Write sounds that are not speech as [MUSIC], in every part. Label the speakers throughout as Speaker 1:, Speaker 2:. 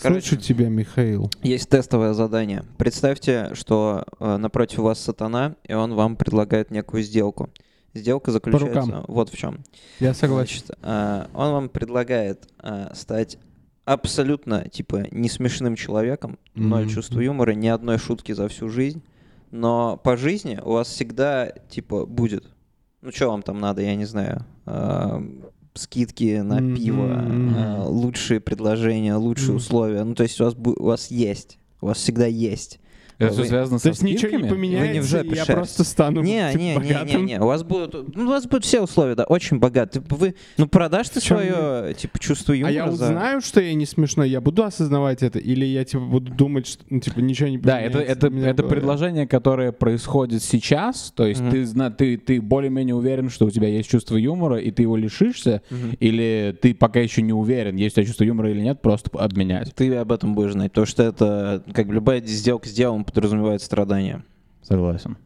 Speaker 1: Короче,
Speaker 2: Слышу тебя, Михаил.
Speaker 1: есть тестовое задание. Представьте, что э, напротив вас сатана, и он вам предлагает некую сделку. Сделка заключается
Speaker 2: рукам.
Speaker 1: вот в чем.
Speaker 2: Я согласен.
Speaker 1: Значит, э, он вам предлагает э, стать абсолютно, типа, не смешным человеком, ноль
Speaker 2: Мгм.
Speaker 1: чувства юмора, ни одной шутки за всю жизнь, но по жизни у вас всегда, типа, будет, ну, что вам там надо, я не знаю, э, скидки на
Speaker 2: Мгм.
Speaker 1: пиво, э, лучшие предложения, лучшие
Speaker 2: Мгм.
Speaker 1: условия, ну, то есть у вас, бу- у вас есть, у вас всегда есть.
Speaker 3: Это все
Speaker 1: Вы-
Speaker 3: связано
Speaker 2: То
Speaker 3: со
Speaker 2: есть ничего не
Speaker 3: скидками?
Speaker 1: Вы не в
Speaker 2: поменяется,
Speaker 1: жопе
Speaker 2: я
Speaker 1: шарите.
Speaker 2: просто стану [LAUGHS]
Speaker 1: Не,
Speaker 2: типа,
Speaker 1: не, не, не,
Speaker 2: богатым.
Speaker 1: не, у вас будут, ну, у вас будут все условия, да, очень богаты. Вы, ну, продашь ты
Speaker 2: В чём
Speaker 1: свое, типа, чувство юмора
Speaker 2: А я
Speaker 1: за-
Speaker 2: узнаю, что я не смешной, я буду осознавать это, или я типа буду думать, что ну, типа ничего не
Speaker 3: Да, это,
Speaker 2: поменяется
Speaker 3: это,
Speaker 2: у меня в
Speaker 3: это
Speaker 2: голове?
Speaker 3: предложение, которое происходит сейчас, то есть
Speaker 1: Мгм.
Speaker 3: ты, зна- ты, ты более-менее уверен, что у тебя есть чувство юмора, и ты его лишишься,
Speaker 1: Мгм.
Speaker 3: или ты пока еще не уверен, есть у тебя чувство юмора или нет, просто обменять.
Speaker 1: Ты об этом будешь знать, потому что это, как бы любая сделка с дьяволом подразумевает страдания.
Speaker 3: Согласен.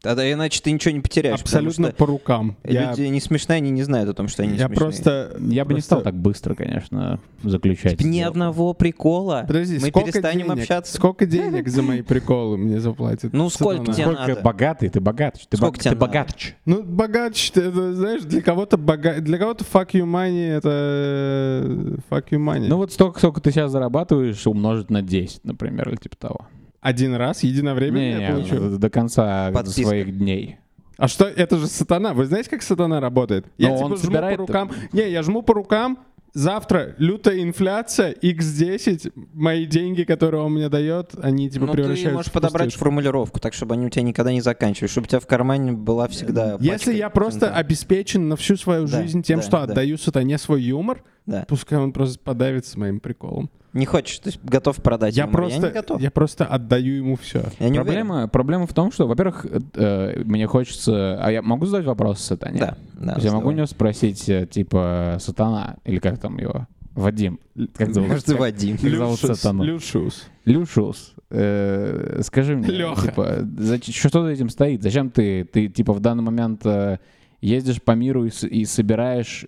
Speaker 1: Тогда иначе ты ничего не потеряешь. потому
Speaker 2: Абсолютно
Speaker 1: что
Speaker 2: по рукам. Я,
Speaker 1: Люди не смешные, они не знают о том, что они не
Speaker 2: я
Speaker 1: смешные.
Speaker 2: просто...
Speaker 3: Я бы не
Speaker 2: просто-
Speaker 3: стал так быстро, конечно, заключать.
Speaker 1: Типа, Ни
Speaker 3: сделку.
Speaker 1: одного прикола.
Speaker 2: Подожди,
Speaker 1: Мы
Speaker 2: сколько
Speaker 1: перестанем
Speaker 2: денег?
Speaker 1: общаться.
Speaker 2: Сколько денег за
Speaker 1: [LAUGHS]
Speaker 2: мои приколы мне заплатят?
Speaker 1: Ну, сколько
Speaker 2: Сатана?
Speaker 1: тебе
Speaker 3: Сколько
Speaker 1: надо?
Speaker 3: богатый, ты богач. Ты,
Speaker 1: Сколько
Speaker 3: бог-
Speaker 1: тебе
Speaker 3: ты
Speaker 1: надо?
Speaker 3: богач.
Speaker 2: Ну, богач, ты, это, знаешь, для кого-то бога... для кого-то fuck you money это э, fuck you money.
Speaker 3: Ну вот столько, сколько ты сейчас зарабатываешь, умножить на 10, например, или типа того.
Speaker 2: Один раз, единовременно
Speaker 3: Не-не,
Speaker 2: я получу.
Speaker 3: до- до конца
Speaker 1: Подписка.
Speaker 3: своих дней.
Speaker 2: А что, это же сатана. Вы знаете, как сатана работает? Я
Speaker 3: Но
Speaker 2: типа
Speaker 3: он
Speaker 2: жму
Speaker 3: собирает-
Speaker 2: по рукам. Не, я жму по рукам. Завтра лютая инфляция, x10, мои деньги, которые он мне дает, они типа
Speaker 1: Ну,
Speaker 2: превращаются
Speaker 1: ты можешь
Speaker 2: в
Speaker 1: подобрать
Speaker 2: пустышку.
Speaker 1: формулировку, так, чтобы они у тебя никогда не заканчивались, чтобы у тебя в кармане была всегда...
Speaker 2: Если
Speaker 1: пачка
Speaker 2: я просто
Speaker 1: тинта.
Speaker 2: обеспечен на всю свою
Speaker 1: э, Да,
Speaker 2: жизнь тем,
Speaker 1: да,
Speaker 2: что
Speaker 1: да.
Speaker 2: отдаю сатане свой юмор,
Speaker 1: Да.
Speaker 2: пускай он просто подавится моим приколом.
Speaker 1: Не хочешь, ты готов продать
Speaker 2: Я
Speaker 1: юмор. Я
Speaker 2: просто,
Speaker 1: не готов.
Speaker 2: я просто отдаю ему все.
Speaker 1: Я не уверен.
Speaker 3: Проблема, проблема в том, что, во-первых, э, э, мне хочется... А я могу задать вопрос сатане?
Speaker 1: Да, да.
Speaker 3: То есть я могу у
Speaker 1: задавай.
Speaker 3: него спросить, э, типа, сатана, или как там его? Вадим. Как зовут?
Speaker 1: Может,
Speaker 2: [LAUGHS]
Speaker 1: и Вадим.
Speaker 3: Как зовут
Speaker 2: Люшус,
Speaker 3: сатану?
Speaker 2: Люшус.
Speaker 3: Люшус, э, скажи мне,
Speaker 2: Лёха.
Speaker 3: типа, зач- что за этим стоит? Зачем ты, ты типа в данный момент э, ездишь по миру и, с- и собираешь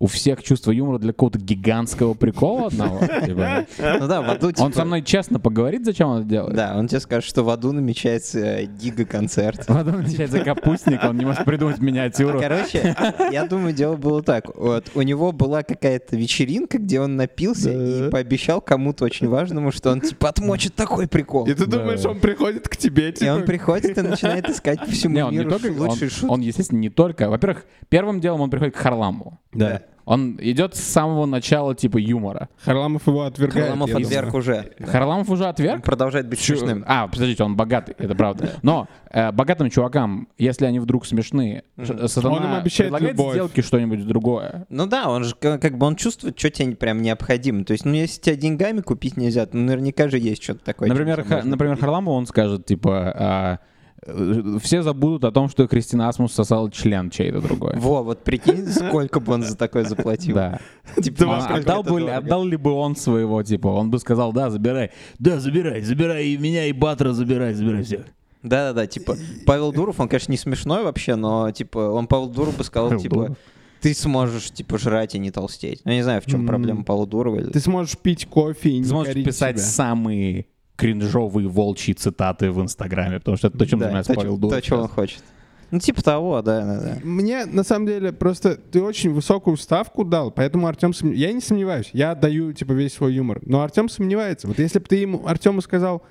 Speaker 3: у всех чувство юмора для какого-то гигантского прикола одного? Типа,
Speaker 1: Ну да, в аду,
Speaker 3: Он
Speaker 1: типа,
Speaker 3: со мной честно поговорит, зачем он это делает?
Speaker 1: Да, он тебе скажет, что в аду намечается э,
Speaker 3: [LAUGHS]
Speaker 1: гига-концерт.
Speaker 3: Потом начинается капустник, он не может придумать миниатюру.
Speaker 1: А Короче, а, я думаю, дело было так. Вот у него была какая-то вечеринка, где он напился и
Speaker 2: Да.
Speaker 1: пообещал кому-то очень важному, что он типа отмочит такой прикол.
Speaker 2: И ты
Speaker 3: Да.
Speaker 2: думаешь, он приходит к тебе,
Speaker 1: И
Speaker 2: типа,
Speaker 1: он приходит и начинает искать по
Speaker 3: Не,
Speaker 1: всему
Speaker 3: он не
Speaker 1: миру
Speaker 3: только,
Speaker 1: ш-
Speaker 3: он,
Speaker 1: лучшие шутки.
Speaker 3: он, естественно, не только. Во-первых, первым делом он приходит к Харламову.
Speaker 2: Да.
Speaker 3: Он идет с самого начала типа юмора.
Speaker 2: Харламов его отвергает.
Speaker 1: Харламов
Speaker 2: я думаю.
Speaker 1: отверг уже.
Speaker 3: Харламов уже
Speaker 1: Он
Speaker 3: отверг,
Speaker 1: продолжает быть
Speaker 3: Чё-
Speaker 1: смешным.
Speaker 3: А, подождите, он богатый, это правда. Но э, богатым чувакам, если они вдруг смешные, ш- сатана
Speaker 2: Он им обещает
Speaker 3: предлагает
Speaker 2: любовь.
Speaker 3: сделки что-нибудь другое.
Speaker 1: Ну да, он же к- как бы он чувствует, что тебе прям необходимо. То есть, ну если тебя деньгами купить нельзя, то наверняка же есть что-то такое.
Speaker 3: Например,
Speaker 1: чем тебя
Speaker 3: Ха-
Speaker 1: можно
Speaker 3: например
Speaker 1: купить.
Speaker 3: Харламову он скажет, типа, а, э, все забудут о том, что Кристина Асмус сосала член чей-то другой.
Speaker 1: Во, вот прикинь, сколько бы он за такое заплатил.
Speaker 3: Да.
Speaker 1: Типа,
Speaker 3: Он
Speaker 1: насколько
Speaker 3: отдал,
Speaker 1: это
Speaker 3: бы,
Speaker 1: дорого.
Speaker 3: отдал ли бы он своего, типа, он бы сказал, да, забирай, да, забирай, забирай и меня, и Батра забирай, забирай всех.
Speaker 1: Да-да-да, типа, Павел Дуров, он, конечно, не смешной вообще, но, типа, он Павел Дуров бы сказал,
Speaker 3: Павел
Speaker 1: типа,
Speaker 3: Дуров.
Speaker 1: ты сможешь, типа, жрать и не толстеть. Ну, я не знаю, в чем
Speaker 2: М.
Speaker 1: проблема Павла Дурова. или-
Speaker 2: Ты сможешь пить кофе и
Speaker 3: Ты
Speaker 2: не
Speaker 3: сможешь
Speaker 2: корить
Speaker 3: писать
Speaker 2: себя.
Speaker 3: самые кринжовые волчьи цитаты в Инстаграме, потому что это то, чем
Speaker 1: Да,
Speaker 3: занимается
Speaker 1: то,
Speaker 3: Павел
Speaker 1: чё-
Speaker 3: Дуров
Speaker 1: то, чё
Speaker 3: сейчас.
Speaker 1: он хочет. Ну, типа того, да-да-да.
Speaker 2: Мне на самом деле просто ты очень высокую ставку дал, поэтому Артем сомн- я не сомневаюсь, я отдаю типа весь свой юмор, но Артем сомневается. Вот если бы ты ему Артему сказал,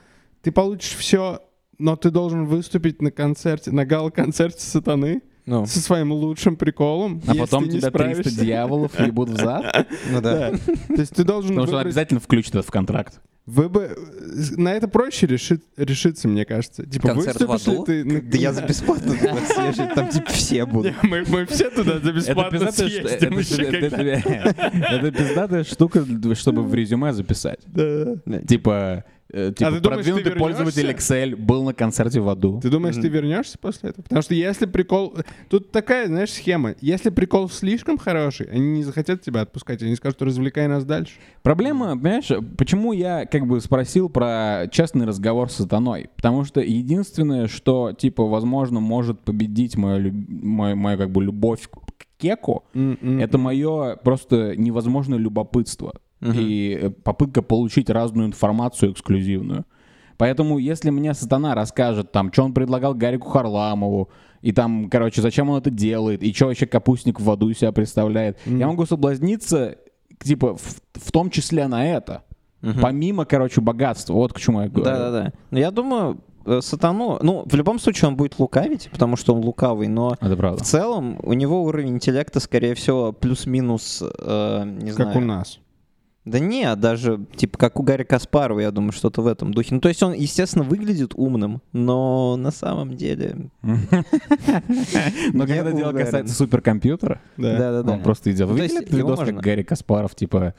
Speaker 2: ты получишь все, но ты должен выступить на концерте, на гала-концерте сатаны
Speaker 1: Ну,
Speaker 2: со своим лучшим приколом,
Speaker 3: А
Speaker 2: если
Speaker 3: потом
Speaker 2: не
Speaker 3: тебя 300
Speaker 2: справишься».
Speaker 3: дьяволов ебут в зад,
Speaker 1: ну да.
Speaker 2: Да. [LAUGHS] То есть ты должен
Speaker 3: потому что он
Speaker 2: выбрать-
Speaker 3: обязательно включит это в контракт.
Speaker 2: Вы бы э, на это проще решит, решиться, мне кажется. Типа,
Speaker 1: Концерт в
Speaker 2: выступишь ли
Speaker 1: аду?
Speaker 2: ты... на-
Speaker 1: Да я за бесплатно туда съезжу, там, типа, все
Speaker 2: Не,
Speaker 1: будут.
Speaker 2: [LAUGHS] мы, мы все туда за
Speaker 3: Это
Speaker 2: бесплатно
Speaker 3: пиздатая ш-
Speaker 2: съездим
Speaker 3: это-
Speaker 2: еще
Speaker 3: это-
Speaker 2: когда.
Speaker 3: это- это пиздатая штука, чтобы в резюме записать.
Speaker 2: Да.
Speaker 3: Типа, э, типа,
Speaker 2: А ты думаешь, ты
Speaker 3: продвинутый пользователь
Speaker 2: вернешься?
Speaker 3: Excel был на концерте в аду.
Speaker 2: Ты думаешь, ты вернешься после этого? Потому что если прикол... Тут такая, знаешь, схема. Если прикол слишком хороший, они не захотят тебя отпускать. Они скажут, развлекай нас дальше.
Speaker 3: Проблема, понимаешь, почему я как бы спросил про частный разговор с сатаной? Потому что единственное, что, типа, возможно, может победить мою, люб- мою, мою М-м. как бы любовь к к кеку, это мое просто невозможное любопытство. и э, попытка получить разную информацию эксклюзивную. Поэтому, если мне сатана расскажет, там, что он предлагал Гарику Харламову, и там, короче, зачем он это делает, и что вообще капустник в аду из себя представляет, я могу соблазниться, к- типа, в, в том числе на это. Помимо, короче, богатства. Вот к чему я говорю.
Speaker 1: Да-да-да. Но я думаю, э, сатану... Ну, в любом случае он будет лукавить, потому что он лукавый, но
Speaker 3: Это
Speaker 1: в
Speaker 3: правда.
Speaker 1: целом у него уровень интеллекта, скорее всего, плюс-минус, э, не
Speaker 2: Как
Speaker 1: знаю.
Speaker 2: у нас.
Speaker 1: Да не, даже типа как у Гарри Каспарова, я думаю, что-то в этом духе. Ну, то есть он, естественно, выглядит умным, но на самом
Speaker 3: [LAUGHS]
Speaker 1: деле...
Speaker 3: Но
Speaker 1: Не
Speaker 3: когда дело
Speaker 1: уверен.
Speaker 3: касается суперкомпьютера,
Speaker 1: Да-да-да.
Speaker 3: он просто идет.
Speaker 1: Ну, то есть
Speaker 3: Выглядит
Speaker 1: его
Speaker 3: видос,
Speaker 1: можно.
Speaker 3: как Гарри Каспаров, типа,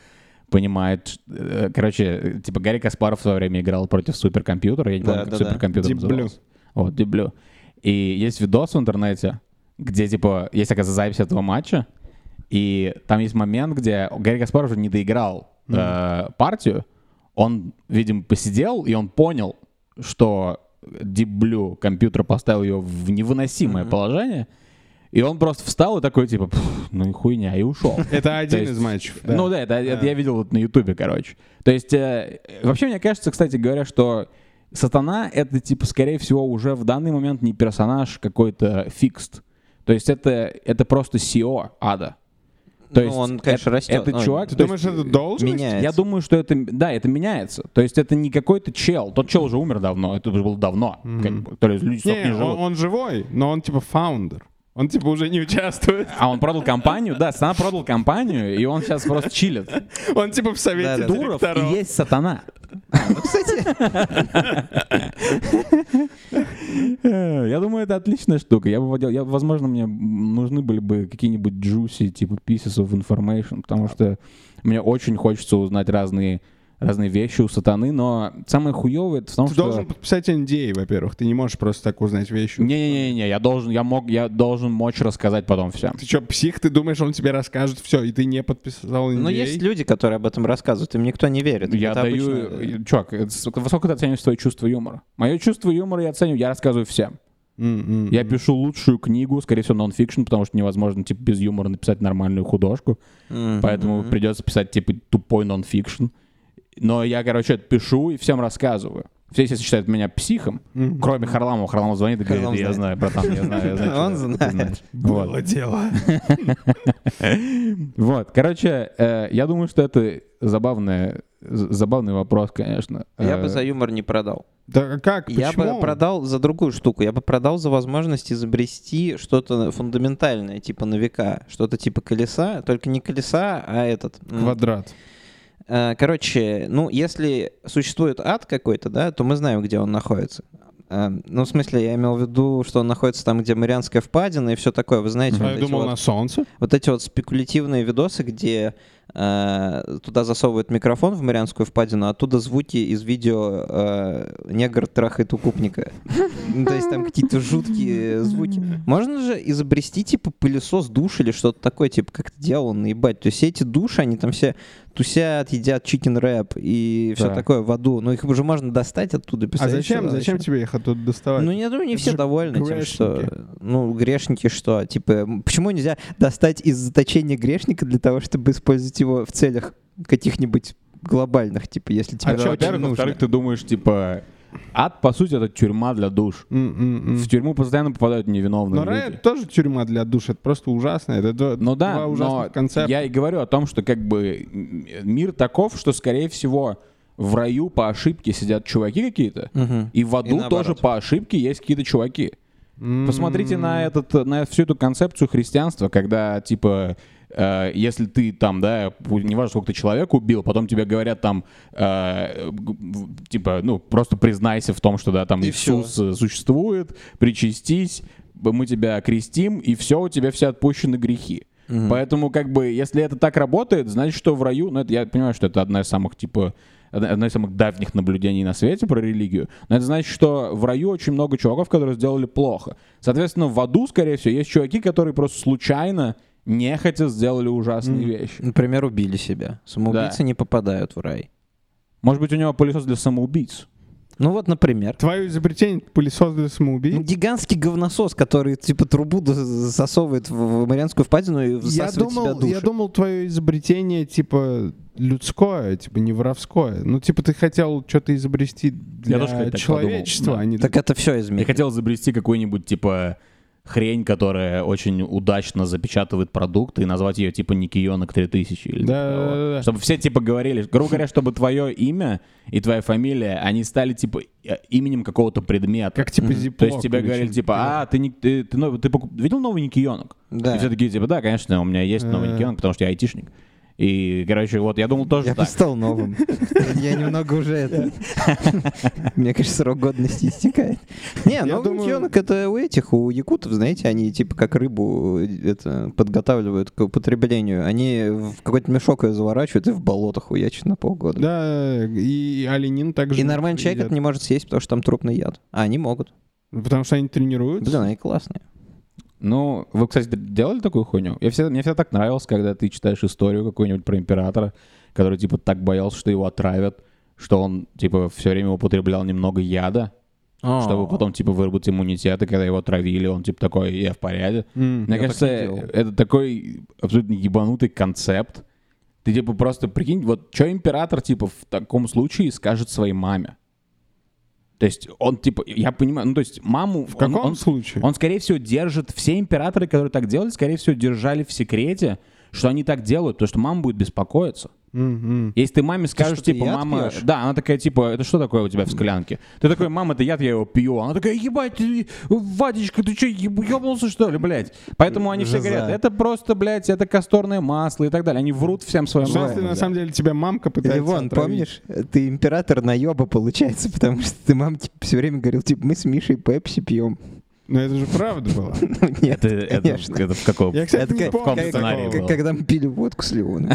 Speaker 3: понимает... ш- э, Короче, типа, Гарри Каспаров в свое время играл против суперкомпьютера. Я не
Speaker 1: Да,
Speaker 3: помню, как
Speaker 1: да, да.
Speaker 3: суперкомпьютер
Speaker 2: Deep
Speaker 3: назывался. Вот, Deep Blue. И есть видос в интернете, где, типа, есть, оказывается, запись этого матча, и там есть момент, где Гарри Каспаров уже не доиграл э, партию. Он, видимо, посидел, и он понял, что Deep Blue компьютер поставил ее в невыносимое положение. И он просто встал и такой, типа, «Пф, ну и хуйня, и ушел.
Speaker 2: Это один
Speaker 3: есть-
Speaker 2: из матчев.
Speaker 3: Ну да, это, это я видел вот на Ютубе, короче. То есть, э, вообще, мне кажется, кстати говоря, что сатана это, типа, скорее всего, уже в данный момент не персонаж какой-то фикст. То есть это, это просто SEO ада. То
Speaker 1: Ну,
Speaker 3: есть
Speaker 1: он, конечно,
Speaker 3: это-
Speaker 1: растет.
Speaker 3: этот
Speaker 1: Ну,
Speaker 3: чувак,
Speaker 2: Ты
Speaker 3: то
Speaker 2: думаешь,
Speaker 3: есть,
Speaker 2: это должность?
Speaker 1: Меняется.
Speaker 3: я думаю, что это, да, это меняется. То есть это не какой-то чел. Тот чел уже умер давно. Это уже было давно. Как бы, то есть люди
Speaker 2: Не,
Speaker 3: столько не
Speaker 2: он,
Speaker 3: живут.
Speaker 2: он живой, но он типа фаундер. Он типа уже не участвует.
Speaker 3: А он продал компанию, да, сатана продал компанию, и он сейчас просто чилит.
Speaker 2: Он типа в совете
Speaker 1: Да-да-да.
Speaker 3: Дуров и
Speaker 2: директоров.
Speaker 3: есть сатана. Э, [LAUGHS] Я думаю, это отличная штука. Я бы водил- я, возможно, мне м, нужны были бы какие-нибудь джуси, типа pieces of information, потому что мне очень хочется узнать разные разные вещи у сатаны, но самое хуевое это в том,
Speaker 2: Ты
Speaker 3: что...
Speaker 2: должен подписать NDA, во-первых. Ты не можешь просто так узнать вещи.
Speaker 3: Не-не-не, я должен, я мог, я должен мочь рассказать потом всем.
Speaker 2: Ты что, псих? Ты думаешь, он тебе расскажет все, и ты не подписал А? NDA?
Speaker 3: Ну,
Speaker 1: Но есть люди, которые об этом рассказывают, им никто не верит.
Speaker 3: Я
Speaker 1: Это
Speaker 3: даю...
Speaker 1: обычно-
Speaker 3: э, Чувак, это с- высоко ты оцениваешь свое чувство юмора. Мое чувство юмора я оцениваю, я рассказываю всем.
Speaker 2: М-м.
Speaker 3: Я пишу лучшую книгу, скорее всего, нон-фикшн, потому что невозможно типа, без юмора написать нормальную художку.
Speaker 1: Мгм.
Speaker 3: Поэтому придется писать типа тупой нон-фикшн. Но я, короче, это пишу и всем рассказываю. Все, естественно, считают меня психом, кроме Харламова. Харламов звонит и говорит,
Speaker 1: Харламов
Speaker 3: я знаю,
Speaker 1: знает».
Speaker 3: братан, я знаю,
Speaker 1: [LAUGHS]
Speaker 3: я знаю. что
Speaker 1: Он
Speaker 3: ты- ты
Speaker 1: знает.
Speaker 3: знаешь». Вот.
Speaker 2: Было дело.
Speaker 3: Вот, короче, э, я думаю, что это забавная, з- забавный вопрос, конечно.
Speaker 1: Я
Speaker 3: Э,
Speaker 1: бы за юмор не продал.
Speaker 2: Да а как?
Speaker 1: Я бы
Speaker 2: Почему?
Speaker 1: продал за другую штуку. Я бы продал за возможность изобрести что-то фундаментальное, типа на века, что-то типа колеса, только не колеса, а этот. м,
Speaker 2: Квадрат.
Speaker 1: э, Короче, ну, если существует ад какой-то, да, то мы знаем, где он находится. Э, Ну, в смысле, я имел в виду, что он находится там, где Марианская впадина и все такое. Вы знаете,
Speaker 2: А
Speaker 1: вот
Speaker 2: я
Speaker 1: эти
Speaker 2: думал,
Speaker 1: вот-
Speaker 2: на солнце.
Speaker 1: вот эти вот спекулятивные видосы, где э, туда засовывают микрофон в Марианскую впадину, а оттуда звуки из видео э, «Негр трахает укупника». Ну, То есть там какие-то жуткие звуки. Можно же изобрести, типа, пылесос душ или что-то такое, типа, как ты делал, наебать. То есть все эти души, они там все тусят, едят чикен рэп и все
Speaker 3: Да.
Speaker 1: такое в аду. Но их уже можно достать оттуда.
Speaker 2: А
Speaker 1: представляешь,
Speaker 2: зачем?
Speaker 1: что
Speaker 2: Зачем тебе их оттуда доставать?
Speaker 1: ну, я думаю, не
Speaker 2: Это
Speaker 1: все
Speaker 2: же
Speaker 1: довольны тем, что...
Speaker 2: грешники.
Speaker 1: Ну, грешники что? Типа, м, почему нельзя достать из заточения грешника для того, чтобы использовать его в целях каких-нибудь глобальных, типа, если тебе
Speaker 2: А
Speaker 1: это
Speaker 2: чё,
Speaker 1: очень
Speaker 3: Во-первых,
Speaker 1: нужно.
Speaker 3: во-вторых, ты думаешь, типа, ад, по сути, это тюрьма для душ.
Speaker 2: М-м-м.
Speaker 3: В тюрьму постоянно попадают невиновные
Speaker 2: Но
Speaker 3: ну, люди.
Speaker 2: рай это тоже тюрьма для душ, это просто ужасно. Это два, два
Speaker 3: Ну да, но
Speaker 2: ужасных концепта.
Speaker 3: я и говорю о том, что как бы м, мир таков, что, скорее всего, в раю по ошибке сидят чуваки какие-то,
Speaker 1: Мгм.
Speaker 3: и в аду
Speaker 1: наоборот.
Speaker 3: тоже по ошибке есть какие-то чуваки. Посмотрите на этот, э, на всю эту концепцию христианства, когда типа э, если ты там, да, неважно, сколько ты человек убил, потом тебе говорят там, э, г- в- типа, ну, просто признайся в том, что, да, там
Speaker 1: И
Speaker 3: Иисус э, существует, причастись, б- мы тебя крестим, и все, у тебя все отпущены грехи. Поэтому, как бы, если это так работает, значит, что в раю, ну, это, я понимаю, что это одна из самых, типа, одна одно из самых давних наблюдений на свете про религию, но это значит, что в раю очень много чуваков, которые сделали плохо. Соответственно, в аду, скорее всего, есть чуваки, которые просто случайно, нехотя сделали ужасные вещи.
Speaker 1: Например, убили себя. Самоубийцы
Speaker 3: Да.
Speaker 1: не попадают в рай.
Speaker 3: Может быть, у него пылесос для самоубийц.
Speaker 1: Ну вот, например.
Speaker 2: Твое изобретение пылесос для
Speaker 1: Ну,
Speaker 2: самоубийц.
Speaker 1: гигантский говносос, который типа трубу д- засовывает в в Марианскую впадину и
Speaker 2: Я
Speaker 1: всасывает в себя
Speaker 2: думал,
Speaker 1: души.
Speaker 2: я думал, твое изобретение типа людское, типа не воровское. Ну, типа ты хотел что-то изобрести для
Speaker 3: тоже, кстати, так
Speaker 2: человечества,
Speaker 3: подумал, да.
Speaker 2: а не
Speaker 1: Так
Speaker 2: для-
Speaker 1: это все из
Speaker 3: Я
Speaker 1: меня.
Speaker 3: хотел изобрести какую-нибудь, типа, хрень, которая очень удачно запечатывает продукты и назвать ее, типа, Никионок 3000. Или типа
Speaker 2: Да,
Speaker 3: того.
Speaker 2: да, да.
Speaker 3: Чтобы все, типа, говорили, грубо говоря, чтобы твое имя и твоя фамилия, они стали, типа, э, именем какого-то предмета.
Speaker 2: Как типа
Speaker 3: То
Speaker 2: зиплок
Speaker 3: есть тебе
Speaker 2: или
Speaker 3: говорили,
Speaker 2: что-то
Speaker 3: типа, а, ты, не- ты, ты новый- ты покуп- видел новый Никионок?
Speaker 1: Да.
Speaker 3: И все такие, типа, да, конечно, у меня есть новый
Speaker 2: Э.
Speaker 3: Никионок, потому что я айтишник. И, короче, вот, я думал тоже
Speaker 1: Я бы
Speaker 3: так.
Speaker 1: стал новым. [LAUGHS] Я немного уже это... [LAUGHS] Мне кажется, срок годности истекает. Не,
Speaker 2: Я
Speaker 1: ну
Speaker 2: думаю-
Speaker 1: утенок это у этих, у якутов, знаете, они типа как рыбу э, это подготавливают к употреблению. Они в какой-то мешок ее заворачивают и в болото хуячат на полгода.
Speaker 2: Да, и оленин также.
Speaker 1: И нормальный человек это
Speaker 2: едят.
Speaker 1: не может съесть, потому что там трупный яд. А они могут.
Speaker 2: Потому что они тренируются.
Speaker 1: Блин, они классные.
Speaker 3: Ну, вы, кстати, д- делали такую хуйню? Я всегда, мне всегда так нравилось, когда ты читаешь историю какую-нибудь про императора, который, типа, так боялся, что его отравят, что он, типа, все время употреблял немного яда,
Speaker 1: А.
Speaker 3: чтобы потом, типа, выработать иммунитет, и когда его отравили, он, типа, такой, я в порядке.
Speaker 2: М.
Speaker 3: Мне
Speaker 1: Я
Speaker 3: кажется,
Speaker 1: так не делал.
Speaker 3: это такой абсолютно ебанутый концепт. Ты, типа, просто прикинь, вот что император, типа, в таком случае скажет своей маме? То есть он, типа, я понимаю, ну, то есть маму...
Speaker 2: В каком
Speaker 3: он,
Speaker 2: случае?
Speaker 3: он, скорее всего, держит... Все императоры, которые так делали, скорее всего, держали в секрете, что они так делают, потому что мама будет беспокоиться.
Speaker 2: М, м.
Speaker 3: Если ты маме скажешь,
Speaker 1: что-то
Speaker 3: типа,
Speaker 1: яд
Speaker 3: мама...
Speaker 1: пьешь?
Speaker 3: Да, она такая, типа, это что такое у тебя в склянке? Ты такой, мама, это яд, я его пью. Она такая, ебать, ты, Вадечка, ты что, ебнулся, что ли, блядь? Поэтому они все
Speaker 1: Жиза.
Speaker 3: говорят, это просто, блядь, это касторное масло и так далее. Они врут всем своим
Speaker 2: Что
Speaker 3: мамам,
Speaker 2: если на
Speaker 3: блядь.
Speaker 2: самом деле тебя мамка пытается
Speaker 1: Ливон,
Speaker 2: отравить?
Speaker 1: помнишь, ты император наеба получается, [LAUGHS] потому что ты мам все время говорил, типа, мы с Мишей пепси пьем.
Speaker 2: Но это же правда было.
Speaker 1: [LAUGHS] Ну, Нет,
Speaker 3: Это, это-
Speaker 1: конечно.
Speaker 3: это в каком...
Speaker 2: Я, кстати,
Speaker 1: Это
Speaker 2: не
Speaker 1: как-
Speaker 2: помню
Speaker 3: как- сценарии
Speaker 1: Как-
Speaker 2: такого.
Speaker 3: было.
Speaker 1: Когда мы пили водку с Ливоном.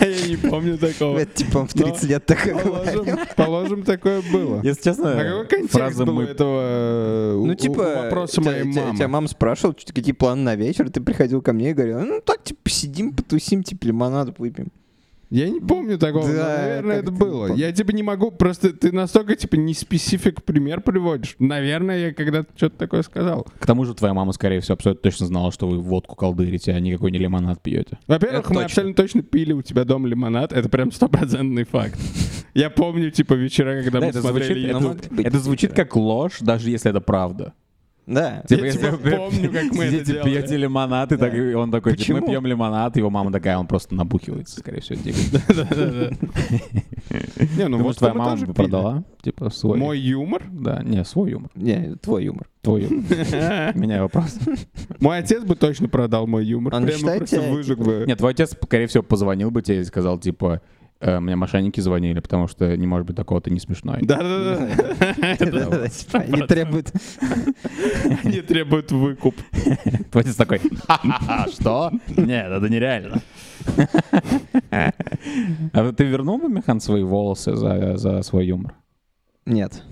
Speaker 2: Я не помню
Speaker 1: [LAUGHS]
Speaker 2: такого.
Speaker 1: Это типа он в
Speaker 2: Но
Speaker 1: 30 лет такой говорил.
Speaker 2: Положим, положим, такое было.
Speaker 3: Если честно,
Speaker 2: А какой контекст
Speaker 3: фраза
Speaker 2: был
Speaker 3: мы...
Speaker 2: этого э,
Speaker 1: Ну,
Speaker 2: у- у
Speaker 1: типа,
Speaker 2: вопроса
Speaker 1: тебя-
Speaker 2: моей
Speaker 1: тебя-
Speaker 2: мамы?
Speaker 1: тебя мама спрашивала, чё- какие планы на вечер, ты приходил ко мне и говорил, ну, так, типа, посидим, потусим, типа, лимонаду выпьем.
Speaker 2: Я не помню такого, но,
Speaker 1: Да,
Speaker 2: наверное,
Speaker 1: как
Speaker 2: это
Speaker 1: ты не
Speaker 2: было.
Speaker 1: помнишь?
Speaker 2: Я типа не могу, просто ты настолько типа не специфик пример приводишь. Наверное, я когда-то что-то такое сказал.
Speaker 3: К тому же твоя мама, скорее всего, абсолютно точно знала, что вы водку колдырите, а никакой не лимонад пьете.
Speaker 2: Во-первых,
Speaker 1: Это
Speaker 2: мы
Speaker 1: точно.
Speaker 2: абсолютно точно пили у тебя дома лимонад, это прям стопроцентный факт. Я помню, типа, вечера, когда мы
Speaker 3: это, звучит,
Speaker 2: смотрели
Speaker 1: ну,
Speaker 3: это-
Speaker 2: YouTube.
Speaker 1: может быть,
Speaker 3: это звучит
Speaker 1: типа.
Speaker 3: как ложь, даже если это правда.
Speaker 1: Да.
Speaker 2: Я
Speaker 3: Типа,
Speaker 2: тебя
Speaker 3: если-
Speaker 2: помню, как мы это
Speaker 3: Сидите,
Speaker 2: делали.
Speaker 3: пьете лимонад, и, так, и он такой, типа, мы
Speaker 1: Почему?
Speaker 3: пьем лимонад, его мама такая, он просто набухивается, скорее всего. Типа.
Speaker 2: [LAUGHS] Не, ну
Speaker 3: Думаешь,
Speaker 2: вот
Speaker 3: твоя
Speaker 2: мы
Speaker 3: мама
Speaker 2: тоже
Speaker 3: бы
Speaker 2: пили.
Speaker 3: продала? Типа, свой.
Speaker 2: Мой юмор.
Speaker 3: Да, не, свой юмор.
Speaker 1: Не, твой юмор.
Speaker 2: [LAUGHS]
Speaker 3: Твой юмор. Меня вопрос.
Speaker 2: Мой отец бы точно продал мой юмор.
Speaker 1: А Он
Speaker 2: Прямо
Speaker 1: считает
Speaker 2: просто
Speaker 1: тебя,
Speaker 2: выжег
Speaker 1: типа,
Speaker 2: бы.
Speaker 3: Нет, твой отец, скорее всего, позвонил бы тебе и сказал, типа, «Э, мне мошенники звонили, потому что не может быть такого, ты не смешной.
Speaker 2: Да-да-да.
Speaker 1: Да-да-да, типа, Они требуют...
Speaker 2: [LAUGHS] Они требуют выкуп.
Speaker 3: Твой отец такой, [LAUGHS] «Ха-ха-ха, что? Нет, это нереально. А ты вернул бы, Михан, свои волосы за, за свой юмор?
Speaker 1: Нет.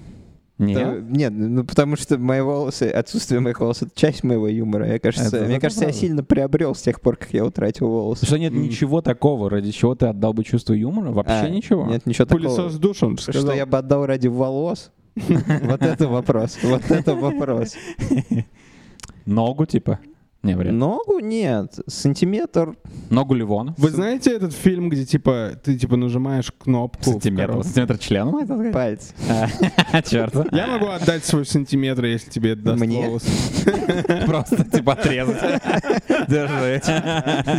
Speaker 1: Да,
Speaker 3: Нет?
Speaker 1: Нет, ну потому что мои волосы, отсутствие моих волос это часть моего юмора. Я кажется,
Speaker 3: Это-
Speaker 1: мне
Speaker 3: это
Speaker 1: кажется,
Speaker 3: правда.
Speaker 1: я сильно приобрел с тех пор, как я утратил волосы.
Speaker 3: Что нет
Speaker 2: М.
Speaker 3: ничего такого, ради чего ты отдал бы чувство юмора? Вообще
Speaker 1: А,
Speaker 3: ничего?
Speaker 1: Нет, ничего такого.
Speaker 2: Пылесос душ, он же сказал.
Speaker 1: Что я бы отдал
Speaker 2: [LAUGHS]
Speaker 1: ради волос? Вот это вопрос. Вот это вопрос.
Speaker 3: Ногу, типа? Не, вряд ли.
Speaker 1: Ногу нет. Сантиметр.
Speaker 3: Ногу Ливона?
Speaker 2: Вы знаете этот фильм, где типа ты типа нажимаешь кнопку? в
Speaker 3: Сантиметр.
Speaker 2: коробке?
Speaker 3: Сантиметр члена?
Speaker 2: [LAUGHS]
Speaker 1: Палец.
Speaker 3: [LAUGHS] Черт.
Speaker 2: Я могу отдать свой сантиметр, если тебе это даст
Speaker 1: Мне?
Speaker 2: волос.
Speaker 3: Просто
Speaker 1: [LAUGHS]
Speaker 3: типа отрезать. Держи.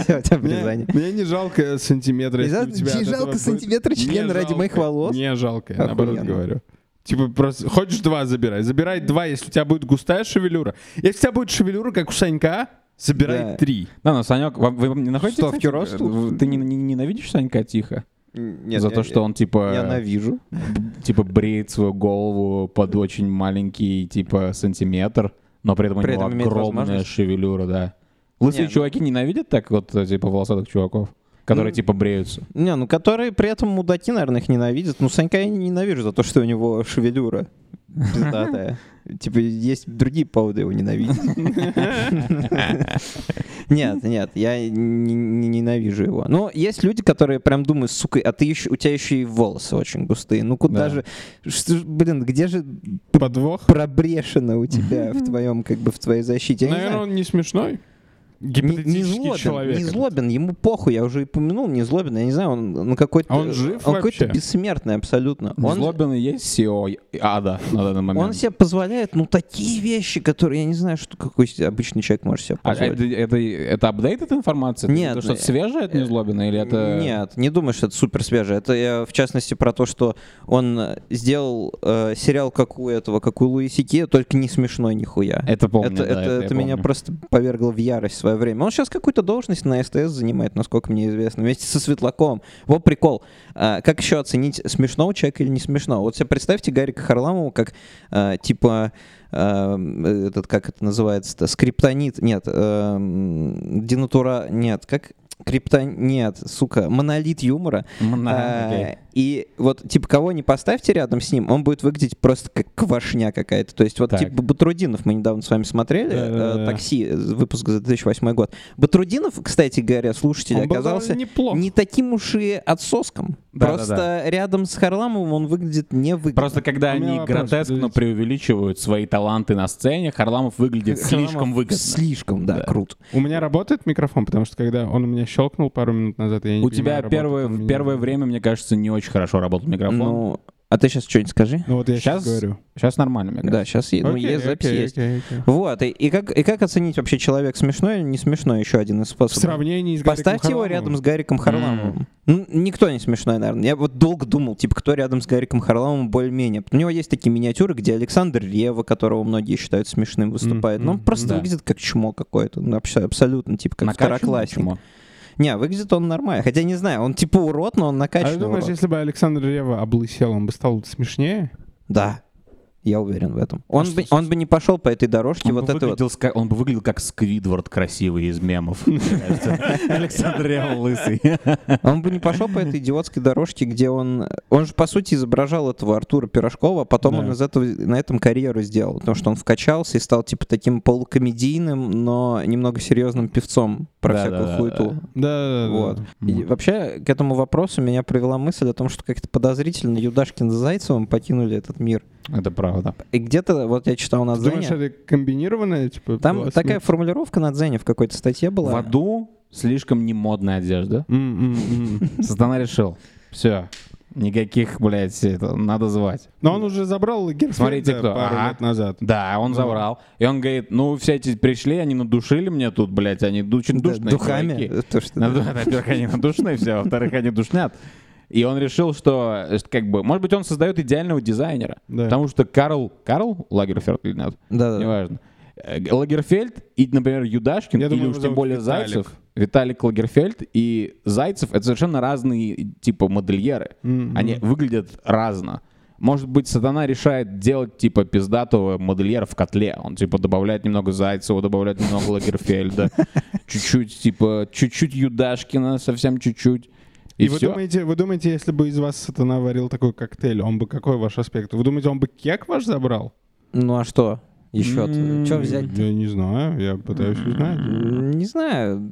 Speaker 1: Всё, у
Speaker 2: Мне,
Speaker 1: тебя обрезание.
Speaker 2: мне не жалко сантиметра,
Speaker 1: Не
Speaker 2: если
Speaker 1: за-
Speaker 2: у тебя
Speaker 1: не
Speaker 2: от этого
Speaker 1: жалко
Speaker 2: будет-
Speaker 1: сантиметра члена
Speaker 2: Не
Speaker 1: ради
Speaker 2: жалко,
Speaker 1: моих волос?
Speaker 2: Не жалко, я наоборот
Speaker 1: Охуенно.
Speaker 2: говорю. Типа просто хочешь два забирай, забирай два, если у тебя будет густая шевелюра. Если у тебя будет шевелюра, как у Санька, забирай
Speaker 1: Да.
Speaker 2: три.
Speaker 3: Да, ну, Санек, вам- вы не находите,
Speaker 1: Что, в
Speaker 3: кстати,
Speaker 1: Кюрос
Speaker 3: э,
Speaker 1: тут?
Speaker 3: Ты не- не- ненавидишь Санька Тихо?
Speaker 1: Нет,
Speaker 3: за
Speaker 1: я-
Speaker 3: то, что он типа
Speaker 1: Я навижу.
Speaker 3: б- типа бреет свою голову под очень маленький типа сантиметр, но при этом
Speaker 1: При
Speaker 3: у него
Speaker 1: этом имеет
Speaker 3: огромная
Speaker 1: возможность.
Speaker 3: шевелюра, да. Лысые
Speaker 1: Не, ну-
Speaker 3: чуваки ненавидят так вот э, типа волосатых чуваков, которые
Speaker 1: Ну,
Speaker 3: типа бреются.
Speaker 1: Не, ну которые при этом мудаки, наверное, их ненавидят. Ну, Санька я не ненавижу за то, что у него шевелюра. пиздатая. Типа, есть другие поводы его ненавидеть. Нет, нет, я не не ненавижу его. Но есть люди, которые прям думают, сука, а ты еще, у тебя еще и волосы очень густые. Ну куда
Speaker 3: Да.
Speaker 1: же, что ж, блин, где же
Speaker 2: Подвох.
Speaker 1: пробрешина у тебя в твоем, как бы, в твоей защите? Я не
Speaker 2: Наверное,
Speaker 1: знаю.
Speaker 2: он не смешной.
Speaker 1: Не- не злобен,
Speaker 2: человек
Speaker 1: не
Speaker 2: этот.
Speaker 1: злобен, ему похуй, я уже и помянул, не злобен, я не знаю, он, он какой-то...
Speaker 2: А он жив
Speaker 1: Он
Speaker 2: вообще?
Speaker 1: какой-то бессмертный абсолютно.
Speaker 3: Он...
Speaker 1: Он,
Speaker 3: Злобин и есть SEO ада на данный момент.
Speaker 1: он себе позволяет, ну, такие вещи, которые, я не знаю, что какой себе обычный человек может себе
Speaker 3: А
Speaker 1: позволить.
Speaker 3: это, это, это апдейт эта информация? Это
Speaker 1: Нет,
Speaker 3: что-то
Speaker 1: э,
Speaker 3: что-то свежее от Незлобина или это...
Speaker 1: Нет, не думаю, что это супер свежее. Это я, в частности, про то, что он э, сделал э, сериал, как у этого, как у Луи Сики, только не смешной нихуя.
Speaker 3: Это помню,
Speaker 1: это,
Speaker 3: да,
Speaker 1: это-
Speaker 3: я
Speaker 1: это меня
Speaker 3: помню.
Speaker 1: просто повергло в ярость в свое время. Он сейчас какую-то должность на СТС занимает, насколько мне известно, вместе со Светлаковым. Вот прикол. А, как еще оценить, смешного человека или не смешного? Вот себе представьте Гарика Харламова как, э, типа, э, этот, как это называется-то, скриптонит, нет, э, денатура, нет, как... Криптонит, нет, сука, монолит юмора.
Speaker 3: Мна,
Speaker 1: А,
Speaker 3: окей.
Speaker 1: И вот, типа, кого не поставьте рядом с ним, он будет выглядеть просто как квашня какая-то. То есть, вот,
Speaker 3: Так.
Speaker 1: типа, Батрудинов мы недавно с вами смотрели,
Speaker 2: Да-да-да.
Speaker 1: э, «Такси», э, выпуск за 2008 год. Батрудинов, кстати говоря, слушатель,
Speaker 2: Он был
Speaker 1: оказался
Speaker 2: довольно неплох.
Speaker 1: не таким уж и отсоском.
Speaker 3: Да-да-да.
Speaker 1: просто рядом с Харламовым он выглядит невыгодно.
Speaker 3: Просто когда
Speaker 2: У меня
Speaker 3: они
Speaker 2: вопрос,
Speaker 3: гротескно
Speaker 2: подождите.
Speaker 3: преувеличивают свои таланты на сцене, Харламов выглядит
Speaker 1: Харламов
Speaker 3: слишком выгодно.
Speaker 1: Слишком, да,
Speaker 3: Да.
Speaker 1: круто.
Speaker 2: У меня работает микрофон, потому что когда он у меня щелкнул пару минут назад, я не
Speaker 3: У
Speaker 2: понимаю,
Speaker 3: тебя
Speaker 2: работает
Speaker 3: первое,
Speaker 2: он у меня.
Speaker 3: первое время, мне кажется, не очень хорошо работал микрофон.
Speaker 1: Ну, а ты сейчас что-нибудь скажи?
Speaker 2: Ну вот я сейчас
Speaker 3: Щас-
Speaker 2: говорю.
Speaker 3: Сейчас нормально, мне кажется.
Speaker 1: Да, сейчас ну,
Speaker 2: Окей,
Speaker 1: есть запись
Speaker 2: окей,
Speaker 1: есть.
Speaker 2: окей, окей.
Speaker 1: Вот, и, и как, и как оценить вообще человек смешной или не смешной, еще один из
Speaker 2: В
Speaker 1: способов.
Speaker 2: сравнении с Гариком
Speaker 1: Поставьте его
Speaker 2: Харламовым.
Speaker 1: рядом с Гариком Харламовым. Ну, никто не смешной, наверное. Я вот долго думал, типа, кто рядом с Гариком Харламовым более-менее. У него есть такие миниатюры, где Александр Рева, которого многие считают смешным, выступает.
Speaker 2: Мгм,
Speaker 1: Но он просто
Speaker 3: да.
Speaker 1: выглядит как чмо какое-то. Ну, вообще абсолютно, типа, как
Speaker 3: Накачанный
Speaker 1: второклассник.
Speaker 3: чмо.
Speaker 1: Не, выглядит он нормально. Хотя не знаю, он типа урод, но он
Speaker 2: А ты
Speaker 1: накачанный
Speaker 2: думаешь,
Speaker 1: урод.
Speaker 2: если бы Александр Рева облысел, он бы стал смешнее?
Speaker 1: Да. Я уверен в этом. Он,
Speaker 2: что
Speaker 1: бы,
Speaker 2: с-
Speaker 1: он бы не пошел по этой дорожке
Speaker 3: А Он,
Speaker 1: вот
Speaker 3: бы
Speaker 1: это вот.
Speaker 3: выглядел, ска- он бы выглядел как Сквидвард красивый из мемов. [LAUGHS] мне кажется. Александр Реал лысый.
Speaker 1: А Он бы не пошел по этой идиотской дорожке, где он... Он же, по сути, изображал этого Артура Пирожкова, а потом
Speaker 2: Да.
Speaker 1: он из этого, на этом карьеру сделал, потому что он вкачался и стал, типа, таким полукомедийным, но немного серьезным певцом про
Speaker 3: Да,
Speaker 1: всякую
Speaker 3: да, да,
Speaker 1: хуету.
Speaker 2: Да, да, да.
Speaker 1: Вот. И вообще, к этому вопросу меня привела мысль о том, что как-то подозрительно Юдашкин с Зайцевым покинули этот мир.
Speaker 3: Это правда.
Speaker 1: И где-то, вот я читал на
Speaker 2: Ты думаешь,
Speaker 1: Дзене,
Speaker 2: это комбинированное? Типа,
Speaker 1: А там
Speaker 2: была
Speaker 1: такая
Speaker 2: смесь?
Speaker 1: формулировка на Дзене в какой-то статье была.
Speaker 3: В аду слишком немодная [LAUGHS] одежда.
Speaker 2: М, м, м.
Speaker 3: Сатана решил. Все. Никаких, блядь, это надо звать.
Speaker 2: Но он уже забрал
Speaker 3: Смотрите,
Speaker 2: Герцфельда
Speaker 3: кто.
Speaker 2: пару
Speaker 3: Ага.
Speaker 2: лет назад.
Speaker 3: Да, он забрал. И он говорит, ну, все эти пришли, они надушили мне тут, блядь, они ду- очень
Speaker 1: Да,
Speaker 3: душные. чуваки.
Speaker 1: духами. То, что-
Speaker 3: Наду- Во-первых, они надушные все, а во-вторых, они душнят. И он решил, что, э, как бы, может быть, он создает идеального дизайнера.
Speaker 2: Да.
Speaker 3: Потому что Карл, Карл Лагерфельд или нет?
Speaker 1: Да-да-да.
Speaker 3: Неважно. Э, Г- Лагерфельд и, например, Юдашкин,
Speaker 2: Я
Speaker 3: или
Speaker 2: думаю,
Speaker 3: уж
Speaker 2: его
Speaker 3: тем
Speaker 2: зовут
Speaker 3: более
Speaker 2: Виталик.
Speaker 3: Зайцев, Виталик Лагерфельд и Зайцев — это совершенно разные, типа, модельеры.
Speaker 2: Мгм.
Speaker 3: Они выглядят разно. Может быть, Сатана решает делать, типа, пиздатого модельера в котле. Он, типа, добавляет немного Зайцева, добавляет немного Лагерфельда, чуть-чуть, типа, чуть-чуть Юдашкина, совсем чуть-чуть. И,
Speaker 2: И вы
Speaker 3: все.
Speaker 2: думаете, вы думаете, если бы из вас сатана варил такой коктейль, он бы какой ваш аспект? Вы думаете, он бы кек ваш забрал?
Speaker 1: Ну а что? Еще?
Speaker 3: М,
Speaker 1: Что взять?
Speaker 2: Я не знаю, я пытаюсь узнать.
Speaker 1: М, Не знаю.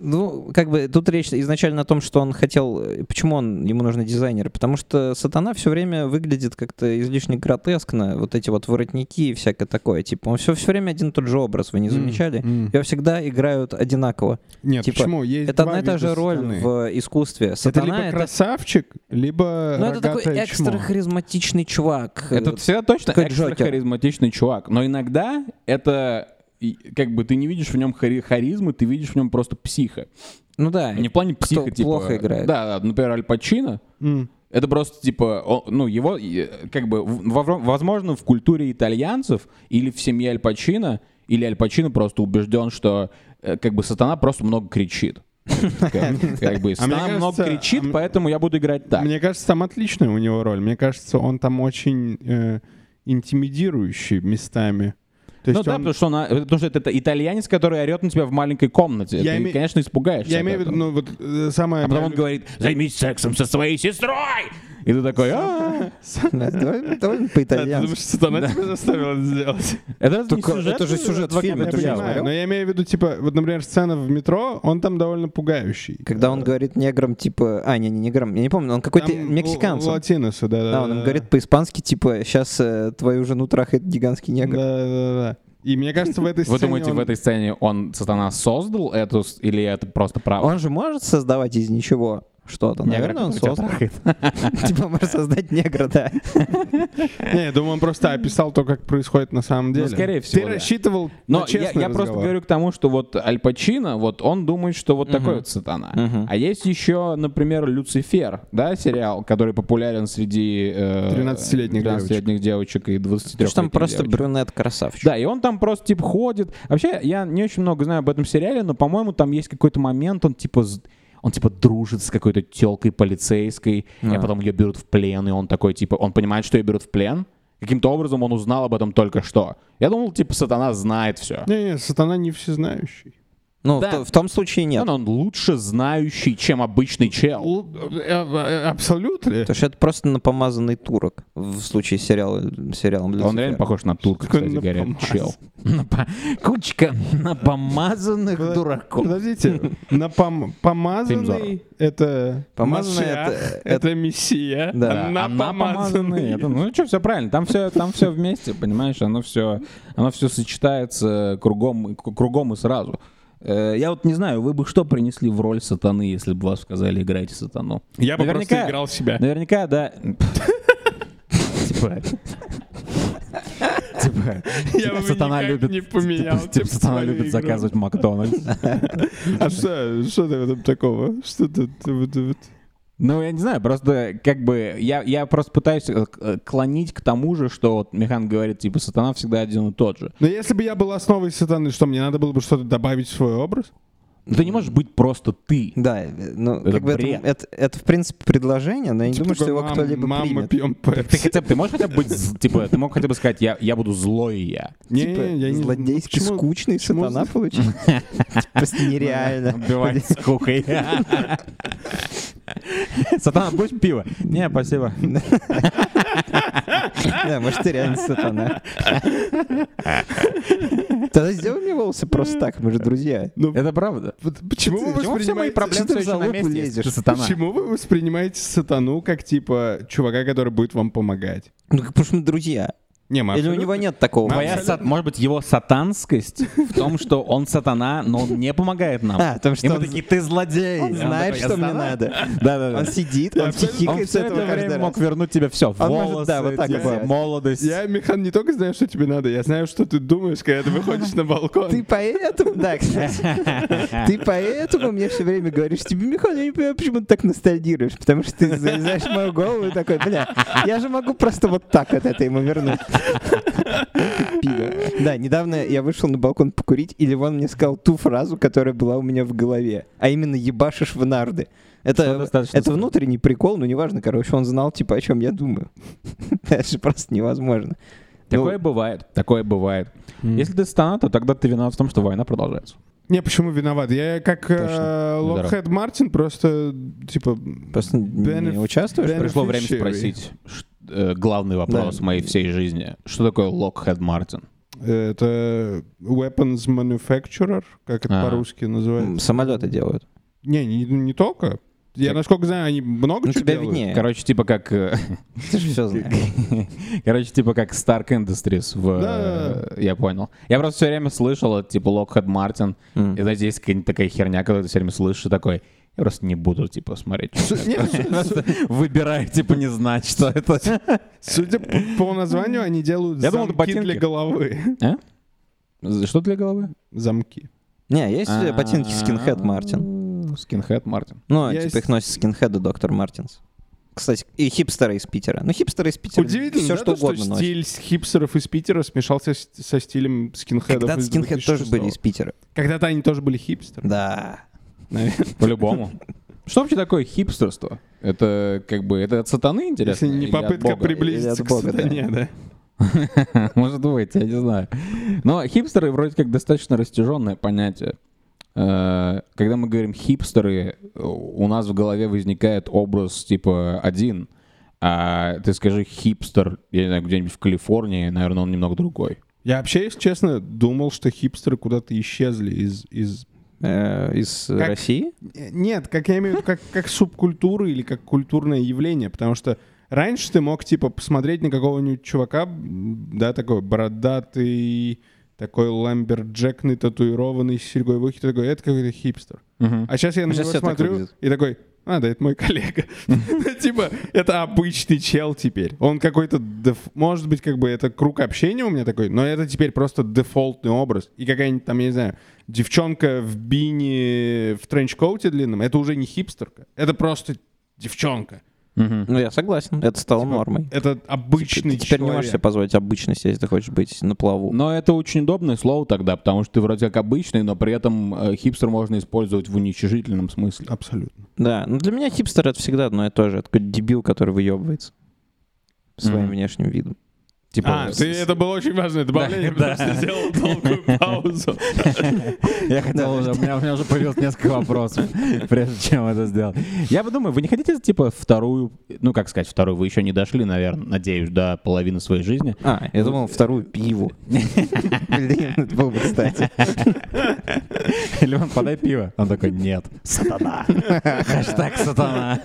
Speaker 1: Ну, как бы тут речь изначально о том, что он хотел. э, Почему он ему нужны дизайнеры? Потому что сатана все время выглядит как-то излишне гротескно. Вот эти вот воротники и всякое такое. Типа, он все, все время один и тот же образ, вы не замечали?
Speaker 2: М.
Speaker 1: Его всегда играют одинаково.
Speaker 2: Нет,
Speaker 1: Типа,
Speaker 2: почему? Есть
Speaker 1: Это
Speaker 2: два
Speaker 1: одна и та
Speaker 2: вида
Speaker 1: же роль
Speaker 2: сатаны.
Speaker 1: в искусстве.
Speaker 2: Это
Speaker 1: Сатана
Speaker 2: либо
Speaker 1: это.
Speaker 2: красавчик, либо
Speaker 1: ну, это такой
Speaker 2: рогатое
Speaker 1: экстра
Speaker 2: чмо.
Speaker 1: харизматичный чувак.
Speaker 3: Это
Speaker 1: Э,
Speaker 3: всегда точно
Speaker 1: такой
Speaker 3: экстра
Speaker 1: Джокер.
Speaker 3: харизматичный чувак. Но иногда это и, как бы ты не видишь в нем хари- харизмы, ты видишь в нем просто психа.
Speaker 1: Ну да.
Speaker 3: Не в плане психа,
Speaker 1: кто
Speaker 3: типа...
Speaker 1: плохо играет.
Speaker 3: Да, да, например, Аль Пачино.
Speaker 2: М.
Speaker 3: Это просто типа, он- ну его э, как бы, в- во- возможно, в культуре итальянцев или в семье Аль Пачино, или Аль Пачино просто убежден, что э, как бы сатана просто
Speaker 2: [LAUGHS]
Speaker 3: много кричит. Как как бы сатана
Speaker 2: кажется,
Speaker 3: много
Speaker 2: а
Speaker 3: кричит,
Speaker 2: м-
Speaker 3: поэтому я буду играть так.
Speaker 2: Мне кажется, там отличная у него роль. Мне кажется, он там очень э, интимидирующий местами. То
Speaker 3: Ну
Speaker 2: есть он-
Speaker 3: да, потому что, она- потому что это, это итальянец, который орет на тебя в маленькой комнате.
Speaker 2: Я
Speaker 3: Ты,
Speaker 2: име-
Speaker 3: конечно, испугаешься.
Speaker 2: я
Speaker 3: от
Speaker 2: имею в виду,
Speaker 3: этого.
Speaker 2: ну вот э, самое...
Speaker 3: А потом он
Speaker 2: моя
Speaker 3: говорит, займись сексом со своей сестрой! И ты такой, «А, «А-а-а».
Speaker 1: Да, Давай давай
Speaker 4: Да, ты
Speaker 1: по-итальянски.
Speaker 4: думаешь, сатана тебя заставила это сделать?
Speaker 3: Это разве не
Speaker 1: Только это же сюжет
Speaker 3: «Адвокат
Speaker 1: фильма,
Speaker 2: Я
Speaker 1: [LAUGHS] ты
Speaker 3: дьявола»?
Speaker 1: же
Speaker 2: понимаю, но я имею в виду, типа, вот, например, сцена в метро, он там довольно пугающий.
Speaker 1: Когда он говорит неграм, типа... А, не, не неграм, я не помню, он какой-то
Speaker 2: Там
Speaker 1: мексиканцем.
Speaker 2: л- Латиносу, да, да.
Speaker 1: Да, он им говорит по-испански, типа, сейчас твою жену трахает гигантский
Speaker 2: Да,
Speaker 1: негр.
Speaker 2: да, да. И мне кажется, в этой сцене
Speaker 3: Вы думаете,
Speaker 2: он-
Speaker 3: в этой сцене он, сатана, создал эту, с- или это просто правда?
Speaker 1: А Он же может создавать из ничего что-то. Наверное, он создал. [LAUGHS] Типа, может создать негра, да.
Speaker 2: Не, я думаю, он просто описал то, как происходит на самом деле.
Speaker 3: Ну, скорее всего,
Speaker 2: Ты
Speaker 3: да.
Speaker 2: рассчитывал
Speaker 1: ну,
Speaker 3: Но
Speaker 2: на
Speaker 3: я,
Speaker 2: честный
Speaker 3: я просто
Speaker 2: разговор.
Speaker 3: говорю к тому, что вот Аль Пачино, вот он думает, что вот такой вот сатана.
Speaker 1: Мгм.
Speaker 3: А есть еще, например, Люцифер, да, сериал, который популярен среди э,
Speaker 2: 13-летних
Speaker 3: 13-летних девочек. и 23
Speaker 1: Потому что там просто
Speaker 3: девочек.
Speaker 1: брюнет красавчик.
Speaker 3: Да, и он там просто, типа, ходит. Вообще, я не очень много знаю об этом сериале, но, по-моему, там есть какой-то момент, он, типа, з- он, типа, дружит с какой-то телкой полицейской, а
Speaker 1: А.
Speaker 3: потом ее берут в плен, и он такой, типа, он понимает, что ее берут в плен. Каким-то образом он узнал об этом только что. Я думал, типа, сатана знает все.
Speaker 2: Не-не, сатана не всезнающий.
Speaker 1: Ну,
Speaker 3: Да.
Speaker 1: в то- в том случае нет.
Speaker 3: Он, он лучше знающий, чем обычный чел.
Speaker 2: Л- э, э, Абсолютно.
Speaker 1: Потому что это просто напомазанный турок в случае сериала, сериалом для
Speaker 3: Он реально похож на турка,
Speaker 2: Такой
Speaker 3: кстати говоря,
Speaker 2: напомаз-
Speaker 3: чел. [LAUGHS] Напо- Кучка напомазанных
Speaker 2: Подо-
Speaker 3: дураков.
Speaker 2: Подождите, на пом-
Speaker 3: Фильм Зорро.
Speaker 2: помазанный это
Speaker 1: Помазанный
Speaker 2: Машиах,
Speaker 1: это-
Speaker 2: это мессия,
Speaker 1: Да.
Speaker 2: а на
Speaker 3: она
Speaker 2: помазанный-
Speaker 3: помазанная. Это- Ну что, все правильно. Там все, там все вместе, понимаешь? Оно все, оно все сочетается кругом, и- кругом и сразу. Э, Я вот не знаю, вы бы что принесли в роль сатаны, если бы вас сказали играйте сатану?
Speaker 4: Я бы
Speaker 3: Наверняка.
Speaker 4: просто играл себя.
Speaker 3: Наверняка, да. Типа. Типа,
Speaker 4: Я бы
Speaker 3: сатана
Speaker 4: никак
Speaker 3: любит,
Speaker 4: не поменял,
Speaker 3: типа,
Speaker 4: типа,
Speaker 3: сатана
Speaker 4: свою
Speaker 3: любит
Speaker 4: игру.
Speaker 3: заказывать Макдональдс.
Speaker 2: А что, что ты в этом такого? Что ты, ты вот- ты вот-
Speaker 3: Ну, я не знаю, просто как бы я, я просто пытаюсь э, к- э, клонить к тому же, что вот Механ говорит, типа, сатана всегда один и тот же.
Speaker 2: Но если бы я был основой сатаны, что мне надо было бы что-то добавить в свой образ?
Speaker 3: Но ты не можешь быть просто ты.
Speaker 1: Да, э, ну,
Speaker 3: Это
Speaker 1: как бы это,
Speaker 3: бред. Типа
Speaker 1: это, это, в принципе, предложение, но я не думаю, что его
Speaker 2: Типа Мам-
Speaker 1: кто-либо
Speaker 2: Мама,
Speaker 1: примет.
Speaker 2: пьем
Speaker 3: Ты хотя бы, ты можешь хотя бы быть, з- типа, ты мог хотя бы сказать, я, я буду злой я.
Speaker 2: Не,
Speaker 1: Типа,
Speaker 2: не, я не-
Speaker 1: злодейский,
Speaker 2: почему-
Speaker 1: скучный
Speaker 2: почему
Speaker 1: сатана получился. Просто
Speaker 3: [LAUGHS]
Speaker 1: нереально.
Speaker 3: Убивать с кухой. Сатана, будешь пиво? Не, спасибо.
Speaker 1: [LAUGHS] Да, может, ты реально сатана. [LAUGHS] Тогда сделай мне волосы просто так, мы же друзья.
Speaker 3: Это правда.
Speaker 2: Вот Почему вы
Speaker 3: Почему все мои
Speaker 2: воспринимаете...
Speaker 3: проблемы
Speaker 1: Что
Speaker 3: все
Speaker 1: ты
Speaker 3: еще
Speaker 1: в
Speaker 3: на
Speaker 1: залупу
Speaker 3: месте, если
Speaker 1: лезешь?
Speaker 3: ты сатана?
Speaker 2: Почему вы воспринимаете сатану как типа чувака, который будет вам помогать?
Speaker 1: Ну, как, потому что мы друзья.
Speaker 2: Не, ну мы
Speaker 1: Или у
Speaker 2: абсолютно-
Speaker 1: него нет такого?
Speaker 3: Твоя
Speaker 1: варианта?
Speaker 3: сат- может быть, его сатанскость в том, что он сатана, но он не помогает нам.
Speaker 1: А, потому
Speaker 3: И
Speaker 1: что
Speaker 3: мы
Speaker 1: он-
Speaker 3: такие, ты злодей.
Speaker 1: Он знает, что мне надо.
Speaker 3: Да-да-да.
Speaker 1: Он сидит, он
Speaker 3: Он
Speaker 1: хихикает с
Speaker 3: все
Speaker 1: этого
Speaker 3: это
Speaker 1: каждый
Speaker 3: время
Speaker 1: раз.
Speaker 3: мог вернуть тебе все.
Speaker 1: Он может,
Speaker 3: Волосы,
Speaker 1: да, вот так
Speaker 3: типа,
Speaker 1: сделать.
Speaker 3: молодость.
Speaker 2: Я, Михан, не только знаю, что тебе надо, я знаю, что ты думаешь, когда ты выходишь на балкон.
Speaker 1: Ты поэтому, да, кстати, ты поэтому мне все время говоришь, тебе, Михаил, я не понимаю, почему ты так ностальгируешь, потому что ты залезаешь в мою голову и такой, бля, я же могу просто вот так вот это ему вернуть. Пиво. Да, недавно я вышел на балкон покурить, и Ливан мне сказал ту фразу, которая была у меня в голове, а именно «ебашишь в нарды».
Speaker 3: Что
Speaker 1: Это,
Speaker 3: достаточно
Speaker 1: это
Speaker 3: странно.
Speaker 1: внутренний прикол, но неважно, короче, он знал, типа, о чем я думаю. [LAUGHS] Это же просто невозможно. Ну,
Speaker 3: Такое бывает, такое бывает. Если ты сатана, то тогда ты виноват в том, что война продолжается.
Speaker 2: Не, почему виноват? Я как э,
Speaker 3: Точно.
Speaker 2: Локхед Мартин просто, типа...
Speaker 1: Просто не
Speaker 2: Benef-
Speaker 1: участвуешь?
Speaker 2: benef-
Speaker 3: Пришло время
Speaker 2: Beneficiary.
Speaker 3: спросить ш- э, главный вопрос
Speaker 1: Да.
Speaker 3: моей всей жизни. Что такое Локхед Мартин?
Speaker 2: Это weapons manufacturer, как это
Speaker 3: А.
Speaker 2: по-русски называется.
Speaker 1: М, Самолеты делают.
Speaker 2: Не, не, не только. Я,
Speaker 3: Так.
Speaker 2: насколько знаю, они много
Speaker 1: Ну,
Speaker 2: чего
Speaker 1: тебя
Speaker 2: делают.
Speaker 1: виднее.
Speaker 3: Короче, типа как... э, [LAUGHS]
Speaker 1: Ты же все знаешь.
Speaker 3: Короче, типа как Stark Industries в... э,
Speaker 2: Да-да-да.
Speaker 3: Я понял. Я просто все время слышал, это, типа, Локхед Мартин.
Speaker 1: М.
Speaker 3: И, знаете, есть какая-нибудь такая херня, которую ты все время слышишь, и такой... Я просто не буду, типа, смотреть.
Speaker 2: Су- не, ну, су-
Speaker 3: Просто [LAUGHS] Выбираю, типа, не знать, что это.
Speaker 2: Судя по по названию, они делают
Speaker 3: Я думал, это
Speaker 2: замки для
Speaker 3: ботинки.
Speaker 2: головы.
Speaker 3: З- Что для головы?
Speaker 2: Замки.
Speaker 1: Не, есть э, ботинки
Speaker 3: А-а-а.
Speaker 1: скинхед Мартин.
Speaker 3: Скинхед Мартин.
Speaker 1: Ну,
Speaker 2: Есть.
Speaker 1: типа их носит скинхеды доктор Мартинс. Кстати, и хипстеры из Питера. Ну, хипстеры из Питера.
Speaker 2: Удивительно,
Speaker 1: все,
Speaker 2: да,
Speaker 1: что
Speaker 2: то,
Speaker 1: угодно
Speaker 2: что
Speaker 1: носят.
Speaker 2: стиль с- хипстеров из Питера смешался с- со стилем скинхедов
Speaker 1: Когда-то
Speaker 2: из
Speaker 1: скинхеды тоже
Speaker 2: 2006.
Speaker 1: были из Питера.
Speaker 2: Когда-то они тоже были хипстеры.
Speaker 1: Да.
Speaker 2: наверное.
Speaker 3: По-любому. [LAUGHS] Что вообще такое хипстерство? Это как бы это от сатаны, интересно?
Speaker 2: Если не
Speaker 3: или от
Speaker 2: попытка
Speaker 3: Бога?
Speaker 1: Или
Speaker 2: приблизиться
Speaker 1: от
Speaker 2: к
Speaker 1: Бога, да.
Speaker 2: сатане, да.
Speaker 3: [LAUGHS] Может быть, я не знаю. Но хипстеры вроде как достаточно растяженное понятие. Э, Когда мы говорим хипстеры, у нас в голове возникает образ типа один. а ты скажи хипстер, я не знаю, где-нибудь в Калифорнии, наверное, он немного другой.
Speaker 2: Я вообще, если честно, думал, что хипстеры куда-то исчезли из, из...
Speaker 1: Э, Из
Speaker 2: Как-
Speaker 1: России?
Speaker 2: Э, Нет, как я имею в виду, как, как субкультура или как культурное явление, потому что раньше ты мог, типа, посмотреть на какого-нибудь чувака, м, да, такой бородатый, такой ламберджекный, татуированный, с серьгой в ухе, ты такой, это какой-то хипстер. А сейчас я на
Speaker 1: Сейчас
Speaker 2: него
Speaker 1: все так
Speaker 2: смотрю
Speaker 1: выглядят.
Speaker 2: и такой, а, да, это мой коллега. [LAUGHS] Ну, Типа, это обычный чел теперь. Он какой-то, деф- может быть, как бы это круг общения у меня такой, но это теперь просто дефолтный образ. И какая-нибудь там, я не знаю, девчонка в бине, в тренч-коуте длинном, это уже не хипстерка. Это просто девчонка.
Speaker 1: Ну, я согласен, это стало нормой.
Speaker 2: Это Типа обычный
Speaker 1: Ты теперь не
Speaker 2: человек.
Speaker 1: можешь себе позволить обычность, если ты хочешь быть на плаву.
Speaker 3: Но это очень удобное слово тогда, потому что ты вроде как обычный, но при этом э, хипстер можно использовать в уничижительном смысле. [LAUGHS]
Speaker 2: Абсолютно.
Speaker 1: Да, ну для меня хипстер это всегда одно и то же. Это какой-то дебил, который выебывается своим
Speaker 3: Мгм.
Speaker 1: внешним видом.
Speaker 3: Типа,
Speaker 2: А,
Speaker 3: с-
Speaker 2: ты,
Speaker 3: с-
Speaker 2: это было очень важное
Speaker 1: [LAUGHS]
Speaker 2: добавление, потому что сделал долгую паузу.
Speaker 5: Я хотел уже, у меня, у меня уже появилось [LAUGHS] несколько вопросов, прежде чем это сделать.
Speaker 3: Я бы думаю, вы не хотите, типа, вторую, ну, как сказать, вторую, вы еще не дошли, наверное, надеюсь, до половины
Speaker 5: [LAUGHS]
Speaker 3: своей жизни.
Speaker 1: А, я думал, вторую
Speaker 2: [LAUGHS]
Speaker 1: пиву. Блин, это было бы кстати.
Speaker 5: Леон, подай пиво. Он такой, нет,
Speaker 3: [LAUGHS]
Speaker 5: сатана. Хэштег [LAUGHS] сатана.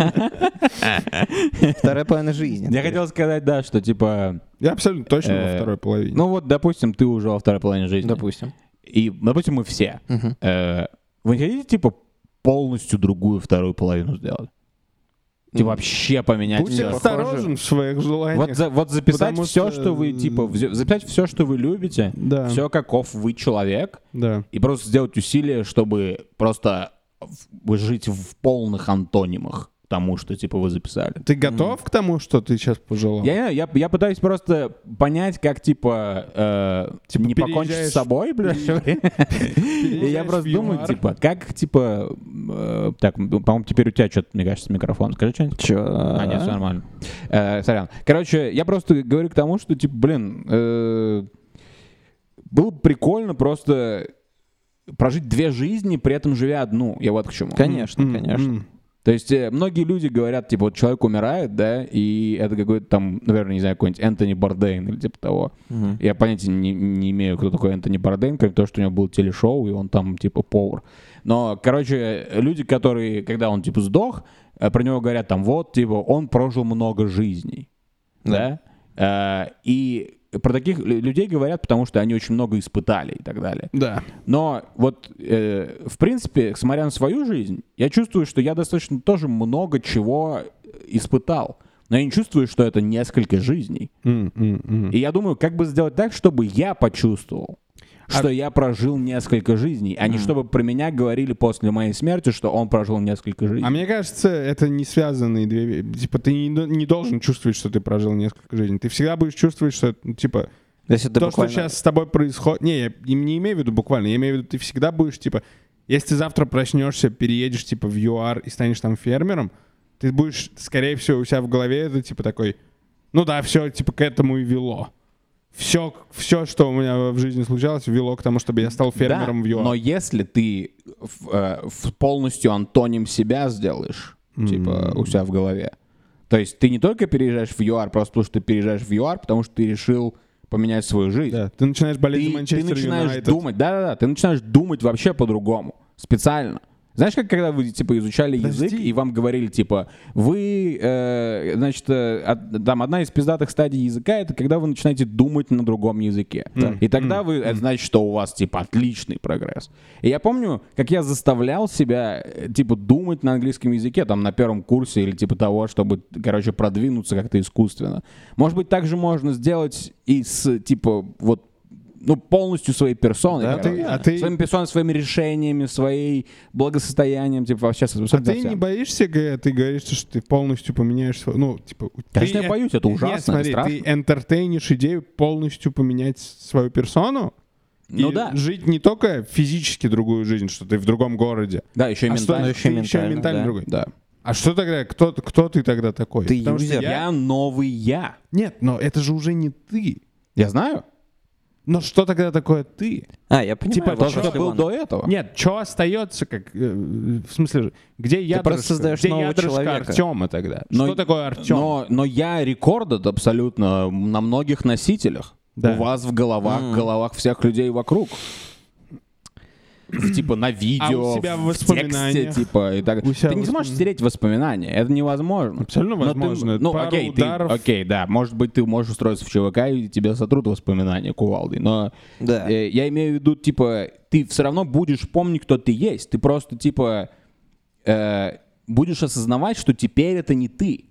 Speaker 1: Вторая половина жизни.
Speaker 3: Я хотел сказать, да, что, типа,
Speaker 2: Я абсолютно точно во
Speaker 3: Э,
Speaker 2: второй половине.
Speaker 3: ну вот, допустим, ты уже во второй половине жизни.
Speaker 1: Допустим.
Speaker 3: И, допустим, мы все. Э, Вы не хотите, типа, полностью другую вторую половину сделать? Типа, вообще поменять
Speaker 2: Будь
Speaker 3: всё?
Speaker 2: осторожен в своих желаниях.
Speaker 3: Вот, за- вот записать
Speaker 2: Потому
Speaker 3: все,
Speaker 2: что-
Speaker 3: что вы, типа, взя- записать все, что вы любите,
Speaker 2: Да.
Speaker 3: все, каков вы человек,
Speaker 2: Да.
Speaker 3: и просто сделать усилия, чтобы просто в- жить в полных антонимах тому, что, типа, вы записали.
Speaker 2: Ты готов к тому, что ты сейчас пожелал?
Speaker 3: Я, не знаю, я, я пытаюсь просто понять, как, типа, э, не покончить
Speaker 2: переезжаешь-
Speaker 3: с собой в
Speaker 2: [LAUGHS]
Speaker 3: ближайшее время. И я
Speaker 2: Переезжаешь
Speaker 3: просто
Speaker 2: в
Speaker 3: думаю,
Speaker 2: ЮАР.
Speaker 3: типа, как, типа, э, так, ну, по-моему, теперь у тебя что-то, мне кажется, микрофон. Скажи что-нибудь.
Speaker 1: Че?
Speaker 3: А, нет, все нормально. Э, сорян. Короче, я просто говорю к тому, что, типа, блин, э, было бы прикольно просто прожить две жизни, при этом живя одну. Я вот к чему.
Speaker 1: Конечно,
Speaker 2: М,
Speaker 1: конечно.
Speaker 2: м.
Speaker 3: То есть э, многие люди говорят, типа, вот человек умирает, да, и это какой-то там, наверное, не знаю, какой-нибудь Энтони Бардейн или типа того.
Speaker 1: Мгм.
Speaker 3: Я понятия не, не имею, кто такой Энтони Бардейн, кроме того, что у него был телешоу, и он там типа повар. Но, короче, люди, которые, когда он типа сдох, э, про него говорят там, вот, типа, он прожил много жизней. Да? Э, И про таких лю- людей говорят, потому что они очень много испытали и так далее.
Speaker 2: Да.
Speaker 3: Но вот, э, в принципе, смотря на свою жизнь, я чувствую, что я достаточно тоже много чего э, испытал. Но я не чувствую, что это несколько жизней.
Speaker 2: М, м, м.
Speaker 3: И я думаю, как бы сделать так, чтобы я почувствовал,
Speaker 2: А
Speaker 3: что я прожил несколько жизней, а не чтобы про меня говорили после моей смерти, что он прожил несколько жизней.
Speaker 2: А мне кажется, это не связанные две... ве- Типа, ты не, до- не должен чувствовать, что ты прожил несколько жизней. Ты всегда будешь чувствовать, что, ну, типа,
Speaker 1: Если ты
Speaker 2: то,
Speaker 1: буквально-
Speaker 2: что сейчас с тобой происходит... Не, я им не имею в виду буквально. Я имею в виду, ты всегда будешь, типа... Если ты завтра проснешься, переедешь, типа, в ЮАР и станешь там фермером, ты будешь, скорее всего, у себя в голове это, типа, такой... Ну да, все, типа, к этому и вело. Все, все, что у меня в жизни случалось, вело к тому, чтобы я стал
Speaker 3: Да,
Speaker 2: фермером в ЮАР.
Speaker 3: но если ты в- э, в- полностью антоним себя сделаешь, типа у себя в голове, то есть ты не только переезжаешь в ЮАР, просто потому что ты переезжаешь в ЮАР, потому что ты решил поменять свою жизнь.
Speaker 2: Да, ты начинаешь болеть
Speaker 3: ты,
Speaker 2: за Манчестер
Speaker 3: ты начинаешь
Speaker 2: Юнайтед.
Speaker 3: думать, да, да, да, ты начинаешь думать вообще по-другому, специально. Знаешь, как когда вы типа изучали язык и вам говорили типа вы, э, значит, э, от- там одна из пиздатых стадий языка это когда вы начинаете думать на другом языке, и тогда вы это значит, что у вас типа отличный прогресс. И я помню, как я заставлял себя э, типа думать на английском языке там на первом курсе или типа того, чтобы, короче, продвинуться как-то искусственно. Может быть, также можно сделать и с типа вот ну, полностью своей персоной.
Speaker 2: Да,
Speaker 3: короче.
Speaker 2: ты- а ты-
Speaker 3: Своими персоной, своими решениями, своей благосостоянием, типа, вообще
Speaker 2: А ты не боишься, когда ты говоришь, что ты полностью поменяешь свой... Ну, типа... у-
Speaker 3: Конечно,
Speaker 2: ты-
Speaker 3: я боюсь, это
Speaker 2: Нет,
Speaker 3: ужасно, это
Speaker 2: смотри,
Speaker 3: страшно.
Speaker 2: ты энтертейнишь идею полностью поменять свою персону
Speaker 3: Ну
Speaker 2: и
Speaker 3: да.
Speaker 2: жить не только физически другую жизнь, что ты в другом городе,
Speaker 3: Да, еще и
Speaker 2: а что
Speaker 3: ментально.
Speaker 2: ты еще
Speaker 1: ментально,
Speaker 2: и ментально
Speaker 1: да.
Speaker 2: другой.
Speaker 3: Да.
Speaker 2: А что тогда? Кто, кто ты тогда такой?
Speaker 1: Ты
Speaker 2: Потому что
Speaker 1: юзер.
Speaker 3: Я новый я.
Speaker 2: Нет, но это же уже не ты.
Speaker 3: Я знаю.
Speaker 2: Но что тогда такое ты?
Speaker 1: А, я понимаю.
Speaker 2: Типа,
Speaker 1: вот
Speaker 3: То,
Speaker 1: что
Speaker 3: что
Speaker 1: ты,
Speaker 3: был
Speaker 1: Иван.
Speaker 3: до этого.
Speaker 2: Нет, что остается, как э, в смысле, где я
Speaker 1: просто создаешь нового человека.
Speaker 2: Артема тогда?
Speaker 3: Но-
Speaker 2: что такое Артем?
Speaker 3: Но, но я рекорд это абсолютно на многих носителях.
Speaker 2: Да.
Speaker 3: У вас в головах, в головах всех людей вокруг. В, типа на видео,
Speaker 2: А себя в
Speaker 3: в тексте,
Speaker 2: воспоминаниях?
Speaker 3: типа и так.
Speaker 2: У себя
Speaker 3: Ты не
Speaker 2: в
Speaker 3: сможешь стереть воспоминания, это невозможно.
Speaker 2: Абсолютно
Speaker 3: Но ты-
Speaker 2: возможно.
Speaker 3: ну,
Speaker 2: Пару
Speaker 3: окей, ты-
Speaker 2: ударов.
Speaker 3: окей, да, может быть, ты можешь устроиться в ЧВК и тебе сотрут воспоминания кувалдой, но
Speaker 1: Да.
Speaker 3: э, я имею в виду, типа, ты все равно будешь помнить, кто ты есть, ты просто, типа, э, будешь осознавать, что теперь это не ты.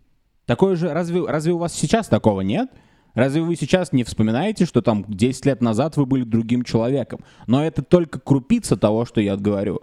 Speaker 3: Такое же, разве, разве у вас сейчас такого нет? Разве вы сейчас не вспоминаете, что там 10 лет назад вы были другим человеком? Но это только крупица того, что я говорю.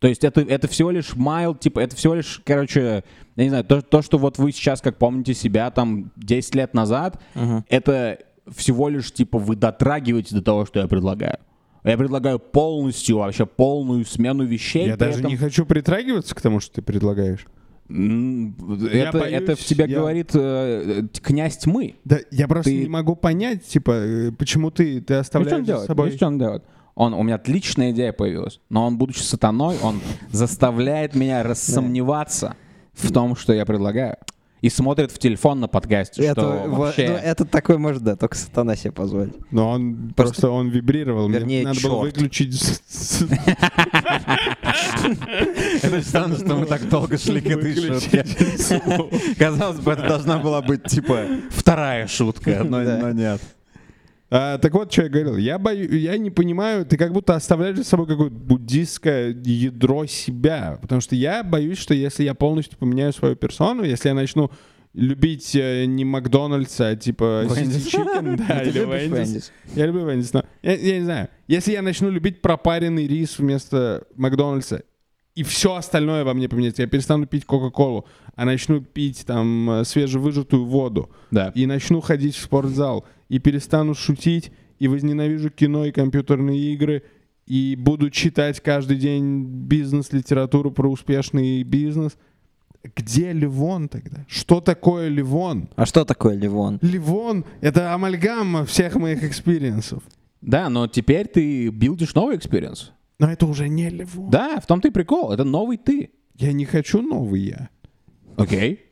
Speaker 3: То есть это, это всего лишь майл, типа, это всего лишь, короче, я не знаю, то, то, что вот вы сейчас, как помните себя там 10 лет назад, это всего лишь, типа, вы дотрагиваете до того, что я предлагаю. Я предлагаю полностью, вообще полную смену вещей.
Speaker 2: я
Speaker 3: при
Speaker 2: даже
Speaker 3: этом-
Speaker 2: не хочу притрагиваться к тому, что ты предлагаешь.
Speaker 3: М,
Speaker 2: Я
Speaker 3: Это,
Speaker 2: боюсь,
Speaker 3: это в тебя
Speaker 2: я-
Speaker 3: говорит э, э, князь тьмы.
Speaker 2: Да, я просто
Speaker 3: Ты-
Speaker 2: не могу понять, типа, э, почему ты, ты
Speaker 3: Ну, что
Speaker 2: оставляешь
Speaker 3: он
Speaker 2: за
Speaker 3: делает?
Speaker 2: собой...
Speaker 3: Ну, что он делает? Он, у меня отличная идея появилась, но он, будучи сатаной, он заставляет меня рассомневаться в том, что я предлагаю. И смотрит в телефон на подкасте,
Speaker 1: Это,
Speaker 3: что
Speaker 1: во- ну,
Speaker 3: вообще...
Speaker 1: это такой может, да, только сатана себе позволить.
Speaker 2: Но он просто, он вибрировал.
Speaker 1: Вернее,
Speaker 2: Мне надо было
Speaker 1: чёрт.
Speaker 2: выключить. с- с-
Speaker 5: Это странно, что мы так долго шли к этой шутке.
Speaker 3: [LAUGHS]
Speaker 5: Казалось бы, это должна была быть, типа, вторая шутка,
Speaker 1: [LAUGHS]
Speaker 5: но но нет.
Speaker 2: А, так вот, что я говорил. Я бою, я не понимаю, ты как будто оставляешь за собой какое-то буддистское ядро себя. Потому что я боюсь, что если я полностью поменяю свою персону, если я начну любить э, не Макдональдса, а типа Сити Чикен, да,
Speaker 1: Ты
Speaker 2: или
Speaker 1: любишь
Speaker 2: Вендис.
Speaker 1: Вендис?
Speaker 2: Я люблю Вендис, но я, я не знаю. Если я начну любить пропаренный рис вместо Макдональдса, и все остальное во мне поменяется, я перестану пить Кока-Колу, а начну пить там э, свежевыжатую воду,
Speaker 3: Да.
Speaker 2: и начну ходить в спортзал, и перестану шутить, и возненавижу кино и компьютерные игры, и буду читать каждый день бизнес-литературу про успешный бизнес. Где Ливон тогда? Что такое Ливон?
Speaker 1: А что такое Ливон?
Speaker 2: Ливон — это амальгама всех моих экспириенсов.
Speaker 3: Да, но теперь ты билдишь новый экспириенс.
Speaker 2: Но это уже не Ливон.
Speaker 3: Да, в том-то и прикол, это новый ты.
Speaker 2: Я не хочу новый я.
Speaker 3: Окей.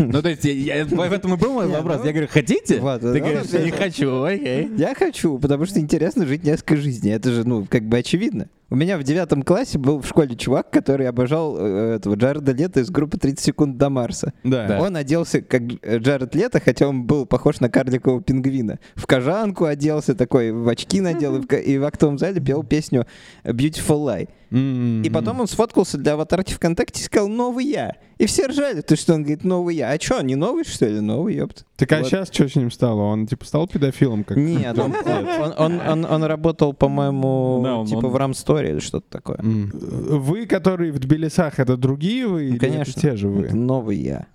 Speaker 3: Ну, то есть, я- я- в этом и был мой вопрос. Я говорю, хотите?
Speaker 1: Влад,
Speaker 3: Ты
Speaker 1: да,
Speaker 3: говоришь,
Speaker 1: да,
Speaker 3: не
Speaker 1: да.
Speaker 3: хочу, окей.
Speaker 1: Я хочу, потому что интересно жить несколько жизней. Это же, ну, как бы очевидно. У меня в девятом классе был в школе чувак, который обожал э, этого Джареда Лето из группы «30 секунд до Марса».
Speaker 2: Да.
Speaker 1: Он оделся как э, Джаред Лето, хотя он был похож на карликового пингвина. В кожанку оделся такой, в очки надел и в ка- и в актовом зале пел песню «Beautiful Lie».
Speaker 2: М-м.
Speaker 1: И потом он сфоткался для аватарки ВКонтакте и сказал «Новый я». И все ржали, то что он говорит «Новый я». А что, не новый, что ли? Новый, ёпт.
Speaker 2: Так а
Speaker 1: Вот.
Speaker 2: сейчас что с ним стало? Он типа стал педофилом как
Speaker 1: Нет, он, он- он- он- он работал, по-моему,
Speaker 5: Да, он-
Speaker 1: типа
Speaker 5: он-
Speaker 1: в Рамсторе или что-то такое.
Speaker 2: М. Вы, которые в Тбилисах, это другие вы или это
Speaker 1: конечно.
Speaker 2: те же
Speaker 1: Это
Speaker 2: вы?
Speaker 1: новый я.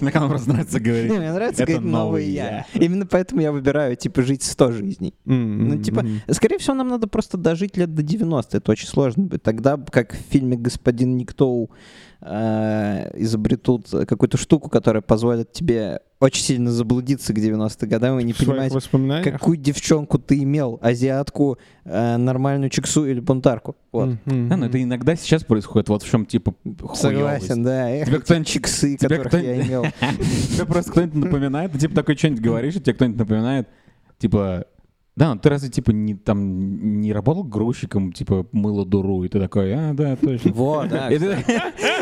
Speaker 5: Мне как просто нравится
Speaker 3: Э,
Speaker 5: говорить.
Speaker 1: Не, мне нравится
Speaker 5: Это
Speaker 1: говорить новый
Speaker 5: новый
Speaker 1: я. Именно поэтому я выбираю, типа, жить 100 жизней.
Speaker 2: М,
Speaker 1: Ну,
Speaker 2: м,
Speaker 1: типа,
Speaker 2: м.
Speaker 1: скорее всего, нам надо просто дожить лет до 90. Это очень сложно будет. Тогда, как в фильме «Господин Никто» э, изобретут какую-то штуку, которая позволит тебе очень сильно заблудиться к 90 годам и не
Speaker 2: В своих
Speaker 1: понимать,
Speaker 2: воспоминаниях?
Speaker 1: какую девчонку ты имел, азиатку, э, нормальную чексу или бунтарку. Вот.
Speaker 2: М, м,
Speaker 3: Да, но это иногда сейчас происходит, вот в чем, типа, хуёвость.
Speaker 1: Согласен, да. Эх,
Speaker 3: Тебя
Speaker 1: эти
Speaker 3: кто-нибудь-
Speaker 1: чиксы,
Speaker 3: тебя
Speaker 1: которых я
Speaker 2: [LAUGHS]
Speaker 3: кто-нибудь-
Speaker 1: имел.
Speaker 3: Тебе просто кто-нибудь напоминает, ты типа такой что-нибудь говоришь, и тебе кто-нибудь напоминает, типа, да, ну ты разве типа не там не работал грузчиком, типа мыло дуру, и ты такой, а, да, точно.
Speaker 1: Вот, да.
Speaker 3: [LAUGHS] И ты-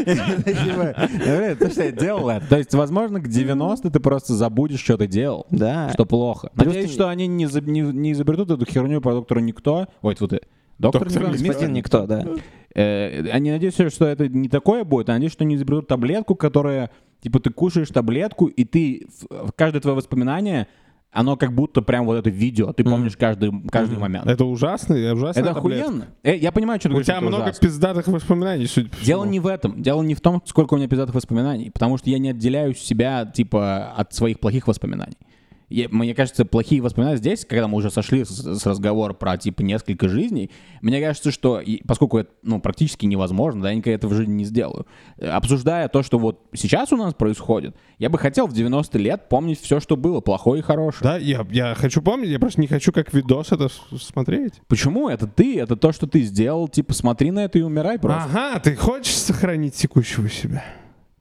Speaker 3: Типа, «Блин, То, что я делал это. То есть, возможно, к 90 ты просто забудешь, что ты делал.
Speaker 1: Да.
Speaker 3: Что плохо.
Speaker 1: Плюс
Speaker 3: Надеюсь,
Speaker 1: ты-
Speaker 3: что они не за- не не изобретут эту херню про доктора Никто. Ой, вот это. Доктор Никто.
Speaker 1: Господин никто, да.
Speaker 3: Э, Они надеются, что это не такое будет, а надеются, что они изобретут таблетку, которая, типа, ты кушаешь таблетку, и ты, в- в каждое твое воспоминание, оно как будто прям вот это видео, ты помнишь каждый, каждый момент.
Speaker 2: Это ужасно, это ужасно.
Speaker 3: Это охуенно. Э, я понимаю, что ты
Speaker 2: У
Speaker 3: говоришь,
Speaker 2: тебя
Speaker 3: это
Speaker 2: много
Speaker 3: ужасно.
Speaker 2: пиздатых воспоминаний, судя по
Speaker 3: Дело
Speaker 2: всему.
Speaker 3: не в этом. Дело не в том, сколько у меня пиздатых воспоминаний, потому что я не отделяю себя, типа, от своих плохих воспоминаний. я- мне кажется, плохие воспоминания здесь, когда мы уже сошли с, с разговора про, типа, несколько жизней, мне кажется, что, и- поскольку это, ну, практически невозможно, да, я никогда этого в жизни не сделаю, э, обсуждая то, что вот сейчас у нас происходит, я бы хотел в 90 лет помнить все, что было, плохое и хорошее.
Speaker 2: Да, я, я хочу помнить, я просто не хочу как видос это с- смотреть.
Speaker 3: Почему? Это ты, это то, что ты сделал, типа, смотри на это и умирай просто.
Speaker 2: Ага, ты хочешь сохранить текущего себя?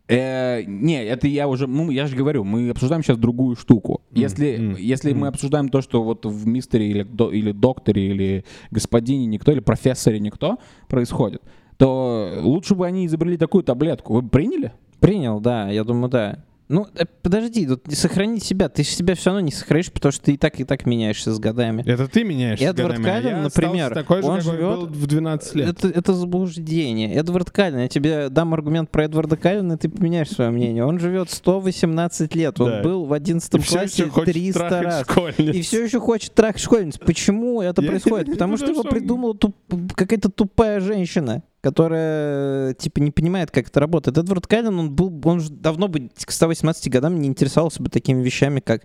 Speaker 3: Э, не, это я уже, ну, я же говорю, мы обсуждаем сейчас другую штуку. Если, если мы обсуждаем то, что вот в мистере или, до- или докторе или господине никто, или профессоре никто происходит, то лучше бы они изобрели такую таблетку. Вы бы приняли?
Speaker 1: Принял, да, я думаю, да. Ну, э, подожди, тут не сохранить себя. Ты же себя все равно не сохранишь, потому что ты и так, и так меняешься с годами.
Speaker 2: Это ты меняешься.
Speaker 1: Эдвард
Speaker 2: годами, а
Speaker 1: Каллен,
Speaker 2: я остался
Speaker 1: например,
Speaker 2: такой же,
Speaker 1: он
Speaker 2: какой
Speaker 1: живет-
Speaker 2: был в 12 лет.
Speaker 1: Это, это заблуждение. Эдвард Каллен, я тебе дам аргумент про Эдварда Каллена, и ты поменяешь свое мнение. Он живет 118 лет, он
Speaker 2: Да.
Speaker 1: был в 11
Speaker 2: И всё
Speaker 1: классе
Speaker 2: ещё хочет
Speaker 1: 300
Speaker 2: трахать
Speaker 1: раз.
Speaker 2: школьниц.
Speaker 1: И все еще хочет трахать школьниц. Почему это
Speaker 2: Я
Speaker 1: происходит?
Speaker 2: не
Speaker 1: Потому что
Speaker 2: знаю,
Speaker 1: его
Speaker 2: что он-
Speaker 1: придумала туп- какая-то тупая женщина, которая типа не понимает, как это работает. Эдвард Каллен, он был, он же давно бы к 118 годам не интересовался бы такими вещами, как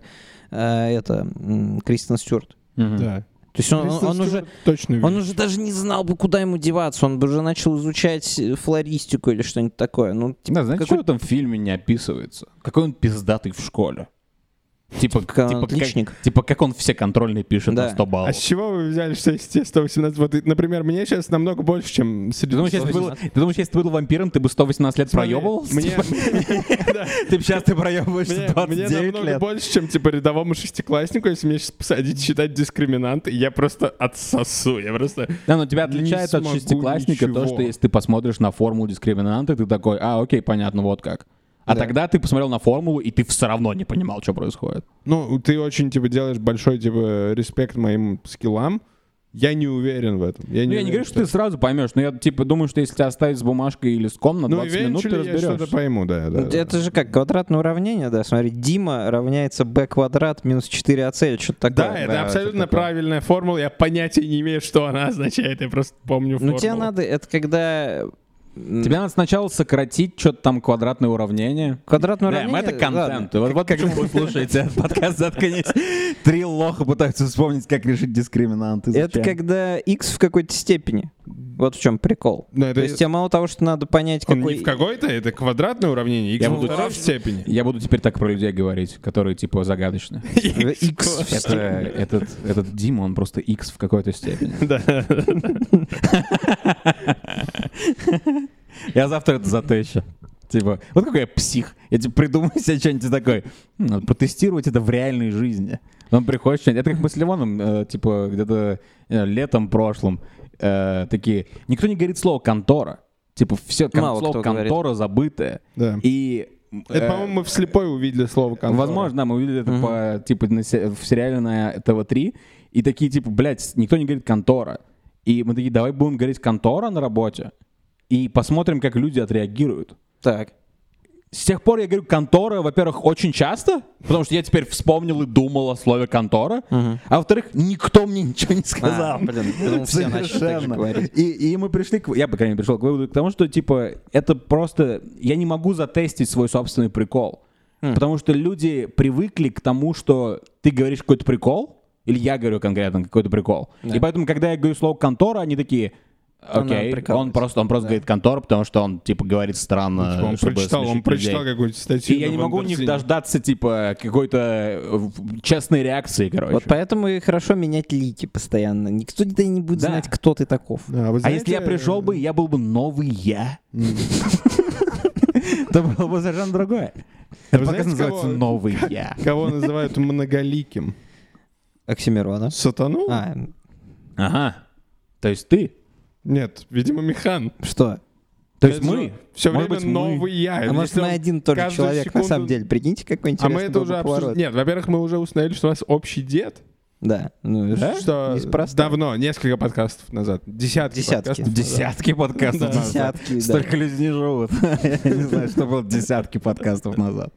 Speaker 1: э, это м, Кристен Стюарт.
Speaker 2: Да.
Speaker 1: То есть он- он-
Speaker 2: Кристен
Speaker 1: он уже
Speaker 2: Стюарт точно
Speaker 1: он
Speaker 2: видит.
Speaker 1: уже даже не знал бы, куда ему деваться. Он бы уже начал изучать э, флористику или что-нибудь такое. Ну, типа,
Speaker 3: Да, знаете,
Speaker 1: какой-
Speaker 3: А что в этом фильме не описывается? Какой он пиздатый в школе. Типа,
Speaker 1: Как он
Speaker 3: типа,
Speaker 1: отличник.
Speaker 3: как, типа, как он все контрольные пишет
Speaker 1: Да.
Speaker 3: на 100
Speaker 2: А
Speaker 3: баллов.
Speaker 2: с чего вы взяли, что из те 118? Вот, и, например, мне сейчас намного больше, чем
Speaker 3: Ты
Speaker 2: среди...
Speaker 3: думаешь, если ты был, ты думаешь, если ты был вампиром, ты бы 118 лет проебывался? [LAUGHS]
Speaker 2: Мне,
Speaker 3: Типа, [LAUGHS]
Speaker 5: Ты сейчас ты проебываешься
Speaker 2: мне- мне
Speaker 5: 29
Speaker 2: намного
Speaker 5: лет.
Speaker 2: больше, чем, типа, рядовому шестикласснику, если меня сейчас посадить считать дискриминанты, я просто отсосу, я просто...
Speaker 3: Да, но тебя
Speaker 2: Не
Speaker 3: отличает от
Speaker 2: смогу
Speaker 3: шестиклассника то,
Speaker 2: ничего.
Speaker 3: что если ты посмотришь на формулу дискриминанта, ты такой, а, окей, понятно, вот как. А тогда ты посмотрел на формулу, и ты все равно не понимал, что происходит.
Speaker 2: Ну, ты очень, типа, делаешь большой, типа, респект моим скиллам. Я не уверен в этом. Я не,
Speaker 3: Ну, я не
Speaker 2: уверен,
Speaker 3: говорю, что ты сразу поймешь, но я типа думаю, что если тебя оставить с бумажкой или с ком на
Speaker 2: Ну,
Speaker 3: 20 минут, ты
Speaker 2: eventually я что-то
Speaker 3: разберешься.
Speaker 2: пойму, да, да. да.
Speaker 1: Ну, Это же как квадратное уравнение, да. Смотри, Дима равняется b квадрат минус 4ac или что-то такое.
Speaker 2: Да, это абсолютно правильная формула. Я понятия не имею, что она означает. Я просто помню формулу.
Speaker 1: Ну, тебе надо, это когда... м,
Speaker 3: Тебе надо сначала сократить что-то там квадратное уравнение.
Speaker 2: Ну,
Speaker 1: Квадратное
Speaker 3: Да,
Speaker 1: уравнение...
Speaker 3: это
Speaker 1: ладно.
Speaker 3: контент. Вот- вот
Speaker 5: Как вы слушаете этот подкаст, заткнись. Три лоха пытаются вспомнить, как решить дискриминанты.
Speaker 1: Это когда x в какой-то степени. Вот в чем прикол.
Speaker 2: Но это-
Speaker 1: То есть тебе мало того, что надо понять,
Speaker 2: Он
Speaker 1: какой...
Speaker 2: не в какой-то, это квадратное уравнение. X
Speaker 3: Я
Speaker 2: во
Speaker 3: буду-
Speaker 2: второй степени.
Speaker 3: Я буду теперь так про людей говорить, которые типа загадочны.
Speaker 2: [LAUGHS]
Speaker 1: X в
Speaker 3: Это,
Speaker 1: степени.
Speaker 3: этот, этот Дима, он просто X в какой-то
Speaker 2: [LAUGHS]
Speaker 3: степени.
Speaker 5: Я завтра это затещу.
Speaker 3: Типа, вот какой я псих. Я типа придумаю себе что-нибудь такое. «М, надо протестировать это в реальной жизни. Он приходит что-нибудь. Это как мы с Ливоном, э, типа, где-то э, летом прошлым. э, такие, никто не говорит слово «контора». Типа, все кон-
Speaker 1: Мало кто
Speaker 3: слово
Speaker 1: говорит.
Speaker 3: «контора» забытое.
Speaker 2: Да.
Speaker 3: И...
Speaker 2: Это,
Speaker 3: э,
Speaker 2: по-моему, мы вслепой увидели слово контора.
Speaker 3: Возможно, да, мы увидели это по, типа, на се- в сериале на ТВ-3, и такие, типа, блядь, с- никто не говорит «контора». И мы такие, давай будем говорить «контора» на работе, и посмотрим, как люди отреагируют.
Speaker 1: Так.
Speaker 3: С тех пор я говорю «контора», во-первых, очень часто, потому что я теперь вспомнил и думал о слове «контора», а во-вторых, никто мне ничего не
Speaker 1: А,
Speaker 3: сказал.
Speaker 1: блин, я думал, все начали так же
Speaker 5: Совершенно.
Speaker 1: говорить.
Speaker 3: И, и мы пришли к... Я, по крайней мере, пришел к выводу к тому, что, типа, это просто... Я не могу затестить свой собственный прикол.
Speaker 1: Хм.
Speaker 3: Потому что люди привыкли к тому, что ты говоришь какой-то прикол, или я говорю конкретно какой-то прикол. И поэтому, когда я говорю слово «контора», они такие... Окей, он
Speaker 1: прикалывается.
Speaker 3: просто, он просто говорит контора, потому что он, типа, говорит странно.
Speaker 2: Типа он
Speaker 3: чтобы
Speaker 2: прочитал, он
Speaker 3: смешить
Speaker 2: прочитал
Speaker 3: людей».
Speaker 2: какую-то
Speaker 3: И
Speaker 2: статью.
Speaker 3: я
Speaker 2: на
Speaker 3: не могу у них
Speaker 2: Вандерсине.
Speaker 3: дождаться, типа, какой-то э, в- честной реакции, короче.
Speaker 1: Вот поэтому и хорошо менять лики постоянно. Никто никогда не будет
Speaker 3: Да.
Speaker 1: знать, кто ты таков.
Speaker 2: Да, вы
Speaker 3: А
Speaker 2: знаете,
Speaker 3: если я пришел бы, я был бы новый я. [LAUGHS] Это было бы совершенно другое. Это
Speaker 2: знаете,
Speaker 3: подкаст называется
Speaker 2: кого-
Speaker 3: «Новый я».
Speaker 2: Кого называют многоликим?
Speaker 1: Оксимирона.
Speaker 2: Сатану?
Speaker 1: А,
Speaker 3: Ага. То есть ты?
Speaker 2: Нет, видимо, Михан.
Speaker 1: что?
Speaker 3: То есть мы?
Speaker 2: Все
Speaker 3: Может
Speaker 2: время
Speaker 3: быть, мы.
Speaker 2: новый я.
Speaker 1: А
Speaker 2: Это Э,
Speaker 1: может,
Speaker 2: если
Speaker 1: мы
Speaker 2: он
Speaker 1: один и тот же
Speaker 2: каждую
Speaker 1: человек, на
Speaker 2: секунду-
Speaker 1: самом деле. Прикиньте, какой
Speaker 2: А
Speaker 1: интересный
Speaker 2: мы это
Speaker 1: был бы
Speaker 2: уже
Speaker 1: поворот.
Speaker 2: обсуждали. Нет, во-первых, мы уже установили, что у нас общий дед.
Speaker 1: Да. Ну, ш-
Speaker 2: Что
Speaker 1: неспроста.
Speaker 2: давно, несколько подкастов назад. Десятки.
Speaker 1: Десятки.
Speaker 2: подкастов.
Speaker 5: Десятки подкастов назад.
Speaker 1: Десятки, да.
Speaker 5: Столько людей не живут.
Speaker 2: [LAUGHS]
Speaker 5: Я не знаю, что было десятки подкастов назад.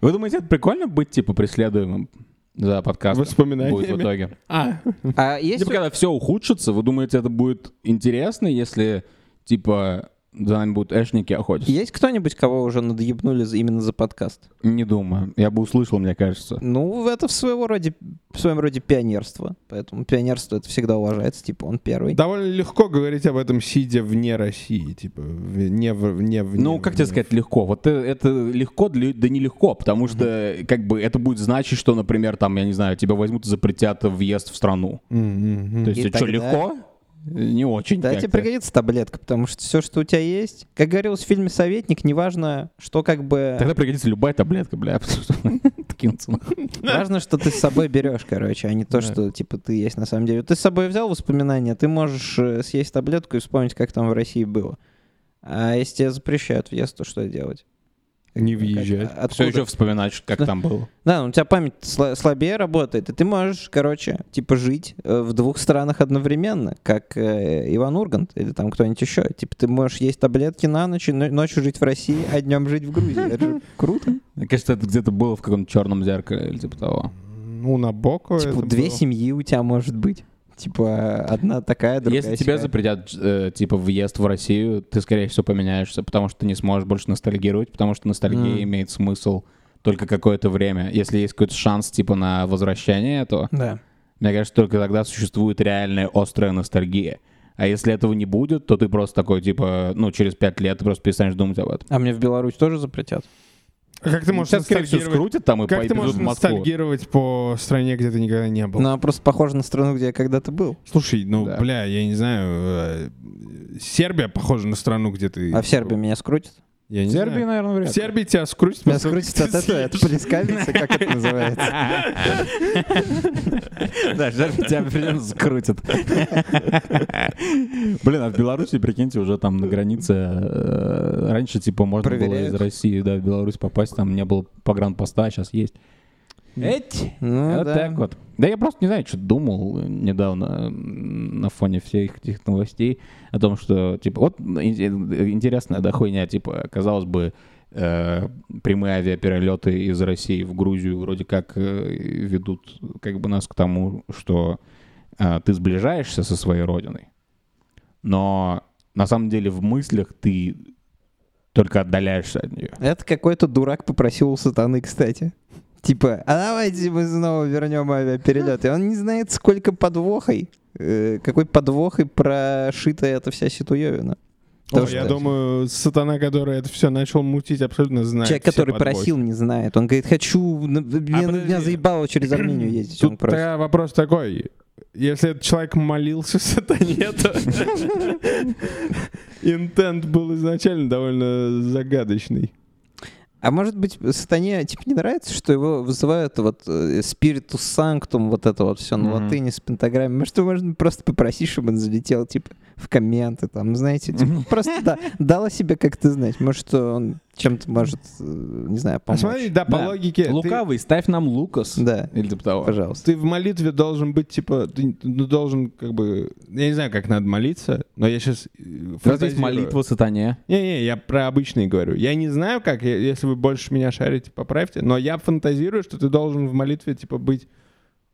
Speaker 3: Вы думаете, это прикольно быть, типа, преследуемым за подкаст?
Speaker 2: Воспоминаниями.
Speaker 3: Будет в итоге.
Speaker 2: А,
Speaker 1: А есть...
Speaker 3: Типа, когда все ухудшится, вы думаете, это будет интересно, если, типа, за нами будут эшники охотиться.
Speaker 1: Есть кто-нибудь, кого уже надъебнули за- именно за подкаст?
Speaker 3: Не думаю. Я бы услышал, мне кажется.
Speaker 1: Ну, это в, своего роде, в своем роде пионерство. Поэтому пионерство это всегда уважается, типа он первый.
Speaker 2: Довольно легко говорить об этом, сидя вне России, типа, вне, вне, вне
Speaker 3: Ну, как тебе сказать, легко. Вот э- это легко, для- да нелегко, потому что, как бы, это будет значить, что, например, там, я не знаю, тебя возьмут и запретят въезд в страну. То есть,
Speaker 1: И
Speaker 3: это что,
Speaker 1: тогда-
Speaker 3: легко? Не очень.
Speaker 1: Да,
Speaker 3: как-то.
Speaker 1: тебе пригодится таблетка, потому что все, что у тебя есть, как говорилось в фильме «Советник», неважно, что как бы...
Speaker 3: Тогда пригодится любая таблетка, бля, [LAUGHS] потому что откинуться.
Speaker 1: Важно, что ты с собой берешь, короче, а не то, что, типа, ты есть на самом деле. Ты с собой взял воспоминания, ты можешь э, съесть таблетку и вспомнить, как там в России было. А если тебе запрещают въезд, то что делать?
Speaker 2: Не
Speaker 1: Как-
Speaker 2: въезжать.
Speaker 1: а-
Speaker 3: Все
Speaker 1: откуда?
Speaker 3: еще вспоминать, что- как
Speaker 1: Да.
Speaker 3: там было.
Speaker 1: Да, ну, у тебя память сла- слабее работает, и ты можешь, короче, типа жить э, в двух странах одновременно, как э, Иван Ургант или там кто-нибудь еще. Типа ты можешь есть таблетки на ночь, и но- ночью жить в России, а днем жить в Грузии. Это
Speaker 2: [LAUGHS]
Speaker 1: же круто.
Speaker 3: Мне кажется, это где-то было в каком-то черном зеркале или типа того.
Speaker 2: Ну, на боку
Speaker 1: Типа две семьи у тебя может быть. Типа одна такая, другая
Speaker 3: Если тебя
Speaker 1: сякая.
Speaker 3: запретят, э, типа, въезд в Россию, ты, скорее всего, поменяешься, потому что ты не сможешь больше ностальгировать, потому что ностальгия
Speaker 1: М.
Speaker 3: имеет смысл только какое-то время. Если есть какой-то шанс, типа, на возвращение этого,
Speaker 1: Да.
Speaker 3: мне кажется, только тогда существует реальная острая ностальгия. А если этого не будет, то ты просто такой, типа, ну, через пять лет ты просто перестанешь думать об этом.
Speaker 1: А мне в Беларусь тоже запретят?
Speaker 2: А как ты
Speaker 3: Ну,
Speaker 2: можешь
Speaker 3: Сейчас, скорее всего,
Speaker 2: ностальгировать?
Speaker 3: скрутят там и
Speaker 2: Как ты
Speaker 3: пойдут
Speaker 2: можешь
Speaker 3: в Москву.
Speaker 2: ностальгировать по стране, где ты никогда не был?
Speaker 1: Ну, она просто похожа на страну, где я когда-то был.
Speaker 2: Слушай, ну,
Speaker 3: Да.
Speaker 2: бля, я не знаю, э, Сербия похожа на страну, где ты...
Speaker 1: А в Сербии меня скрутят?
Speaker 2: Я не
Speaker 3: Сербия,
Speaker 2: знаю.
Speaker 3: наверное,
Speaker 2: В
Speaker 3: вряд ли.
Speaker 2: Сербии тебя скрутит.
Speaker 1: Меня
Speaker 2: [LAUGHS]
Speaker 1: скрутят от этого, от плескавицы, как это называется.
Speaker 3: [LAUGHS]
Speaker 5: Да, Жарко тебя определенно скрутит. Блин, а в Беларуси, прикиньте, уже там на границе э, раньше, типа, можно было
Speaker 1: Проверяют.
Speaker 5: из России да, в Беларусь попасть, там не было погранпоста, а сейчас есть. Эть!
Speaker 1: Ну,
Speaker 3: вот
Speaker 1: да.
Speaker 3: так вот. Да я просто не знаю, что думал э, недавно э, м, на фоне всех этих новостей о том, что, типа, вот ин- э, интересная, да, хуйня, типа, казалось бы, э, прямые авиаперелеты из России в Грузию вроде как э, ведут как бы нас к тому, что э, ты сближаешься со своей родиной, но на самом деле в мыслях ты только отдаляешься от нее.
Speaker 1: Это какой-то дурак попросил у сатаны, кстати. Типа, а давайте мы снова вернем авиаперелет. И он не знает, сколько подвохой, э, какой подвохой прошита эта вся ситуевина. Потому
Speaker 2: я
Speaker 1: что
Speaker 2: думаю, сатана, который это все начал мутить, абсолютно знает.
Speaker 1: Человек,
Speaker 2: все
Speaker 1: который
Speaker 2: подвохи. А
Speaker 1: просил, не знает. Он говорит, хочу, на- меня,
Speaker 2: подожди.
Speaker 1: меня заебало через Армению ездить. он
Speaker 2: Тут
Speaker 1: просит.
Speaker 2: тогда вопрос такой. Если этот человек молился [LAUGHS] сатане,
Speaker 1: [LAUGHS]
Speaker 2: то интент был изначально довольно загадочный.
Speaker 1: А может быть, сатане типа не нравится, что его вызывают вот спириту санктум, вот это вот все на
Speaker 3: Мгм.
Speaker 1: латыни с пентаграммой. Может, его можно просто попросить, чтобы он залетел, типа, в комменты, там, знаете, типа, просто да, дал о себе как-то знать. Может, что он чем-то может, э, не знаю,
Speaker 2: А
Speaker 1: помочь.
Speaker 2: смотри, да, по
Speaker 3: Да.
Speaker 2: логике... ты-
Speaker 3: Лукавый, ставь нам Лукас.
Speaker 1: Да,
Speaker 3: Или типа того.
Speaker 1: пожалуйста.
Speaker 2: Ты в молитве должен быть, типа, ты ну, должен, как бы, я не знаю, как надо молиться, но я сейчас
Speaker 3: Вот здесь молитва сатане.
Speaker 2: Не-не, я про обычные говорю. Я не знаю, как, я- если вы больше меня шарите, поправьте, но я фантазирую, что ты должен в молитве, типа, быть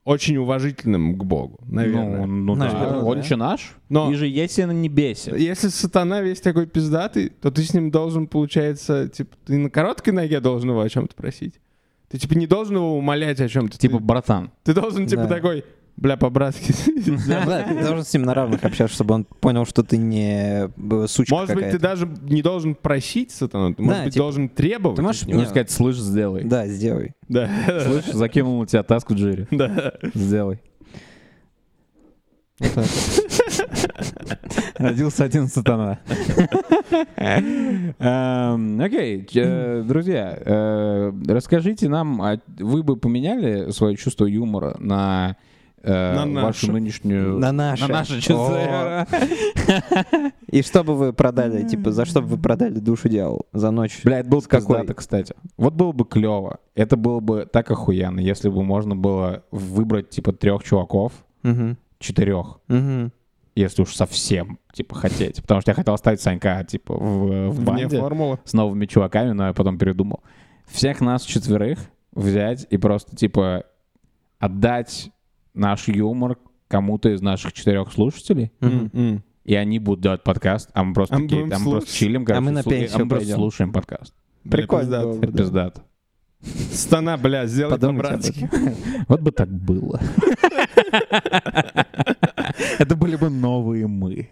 Speaker 2: очень уважительным к Богу, наверное.
Speaker 3: Ну, ну да.
Speaker 1: Наверное,
Speaker 3: Он
Speaker 1: да.
Speaker 3: еще наш?
Speaker 2: Но-
Speaker 3: И же если на небесе.
Speaker 2: Если сатана весь такой пиздатый, то ты с ним должен, получается, типа, ты на короткой ноге должен его о чем-то просить. Ты, типа, не должен его умолять о чем-то.
Speaker 3: Типа,
Speaker 2: ты,
Speaker 3: братан,
Speaker 2: ты должен, типа,
Speaker 1: Да.
Speaker 2: такой, бля, по-братски. [LAUGHS]
Speaker 1: Да, ты должен с ним на равных общаться, чтобы он понял, что ты не э, сучка
Speaker 2: Может быть, ты
Speaker 1: какая-то.
Speaker 2: даже не должен просить сатану, ты,
Speaker 1: Да,
Speaker 2: может быть,
Speaker 1: типа,
Speaker 2: должен требовать.
Speaker 1: ты можешь
Speaker 2: от него.
Speaker 1: мне-
Speaker 3: можно сказать, слышь, сделай.
Speaker 1: Да, сделай. [LAUGHS]
Speaker 2: Да.
Speaker 3: Слышь, закинул на тебя таску Джерри.
Speaker 2: Да.
Speaker 3: Сделай. Родился один сатана. Эм, Окей, ч- э, друзья, э, расскажите нам, а вы бы поменяли свое чувство юмора на э,
Speaker 2: На наше.
Speaker 3: вашу нынешнюю...
Speaker 1: На наше.
Speaker 3: чувство
Speaker 1: О.
Speaker 3: юмора?
Speaker 1: И что бы вы продали, типа, за что бы вы продали душу дьяволу? За ночь?
Speaker 3: Бля, это был
Speaker 1: какой?
Speaker 3: какой-то, кстати. Вот было бы клево. Это было бы так охуенно, если бы можно было выбрать типа трех чуваков,
Speaker 1: Мгм.
Speaker 3: четырех,
Speaker 1: Мгм.
Speaker 3: если уж совсем типа хотеть. Потому что я хотел оставить Санька типа в, в
Speaker 2: Вне
Speaker 3: банде
Speaker 2: формулы.
Speaker 3: с новыми чуваками, но я потом передумал. Всех нас четверых взять и просто типа отдать наш юмор кому-то из наших четырех слушателей.
Speaker 1: Мгм.
Speaker 2: М.
Speaker 3: и они будут делать подкаст, а мы просто
Speaker 2: А мы
Speaker 3: такие,
Speaker 2: будем
Speaker 3: там просто
Speaker 2: слушать. А
Speaker 3: чилим, короче,
Speaker 1: мы на
Speaker 3: слу- и-
Speaker 1: пенсию
Speaker 3: мы просто
Speaker 1: пойдем.
Speaker 3: слушаем подкаст.
Speaker 2: Прикольно.
Speaker 3: Это пиздато.
Speaker 2: Стана, бля, сделай
Speaker 1: Подумайте об
Speaker 2: по-братски.
Speaker 1: этом.
Speaker 3: Вот бы так было. [LAUGHS]
Speaker 5: Это были бы новые мы.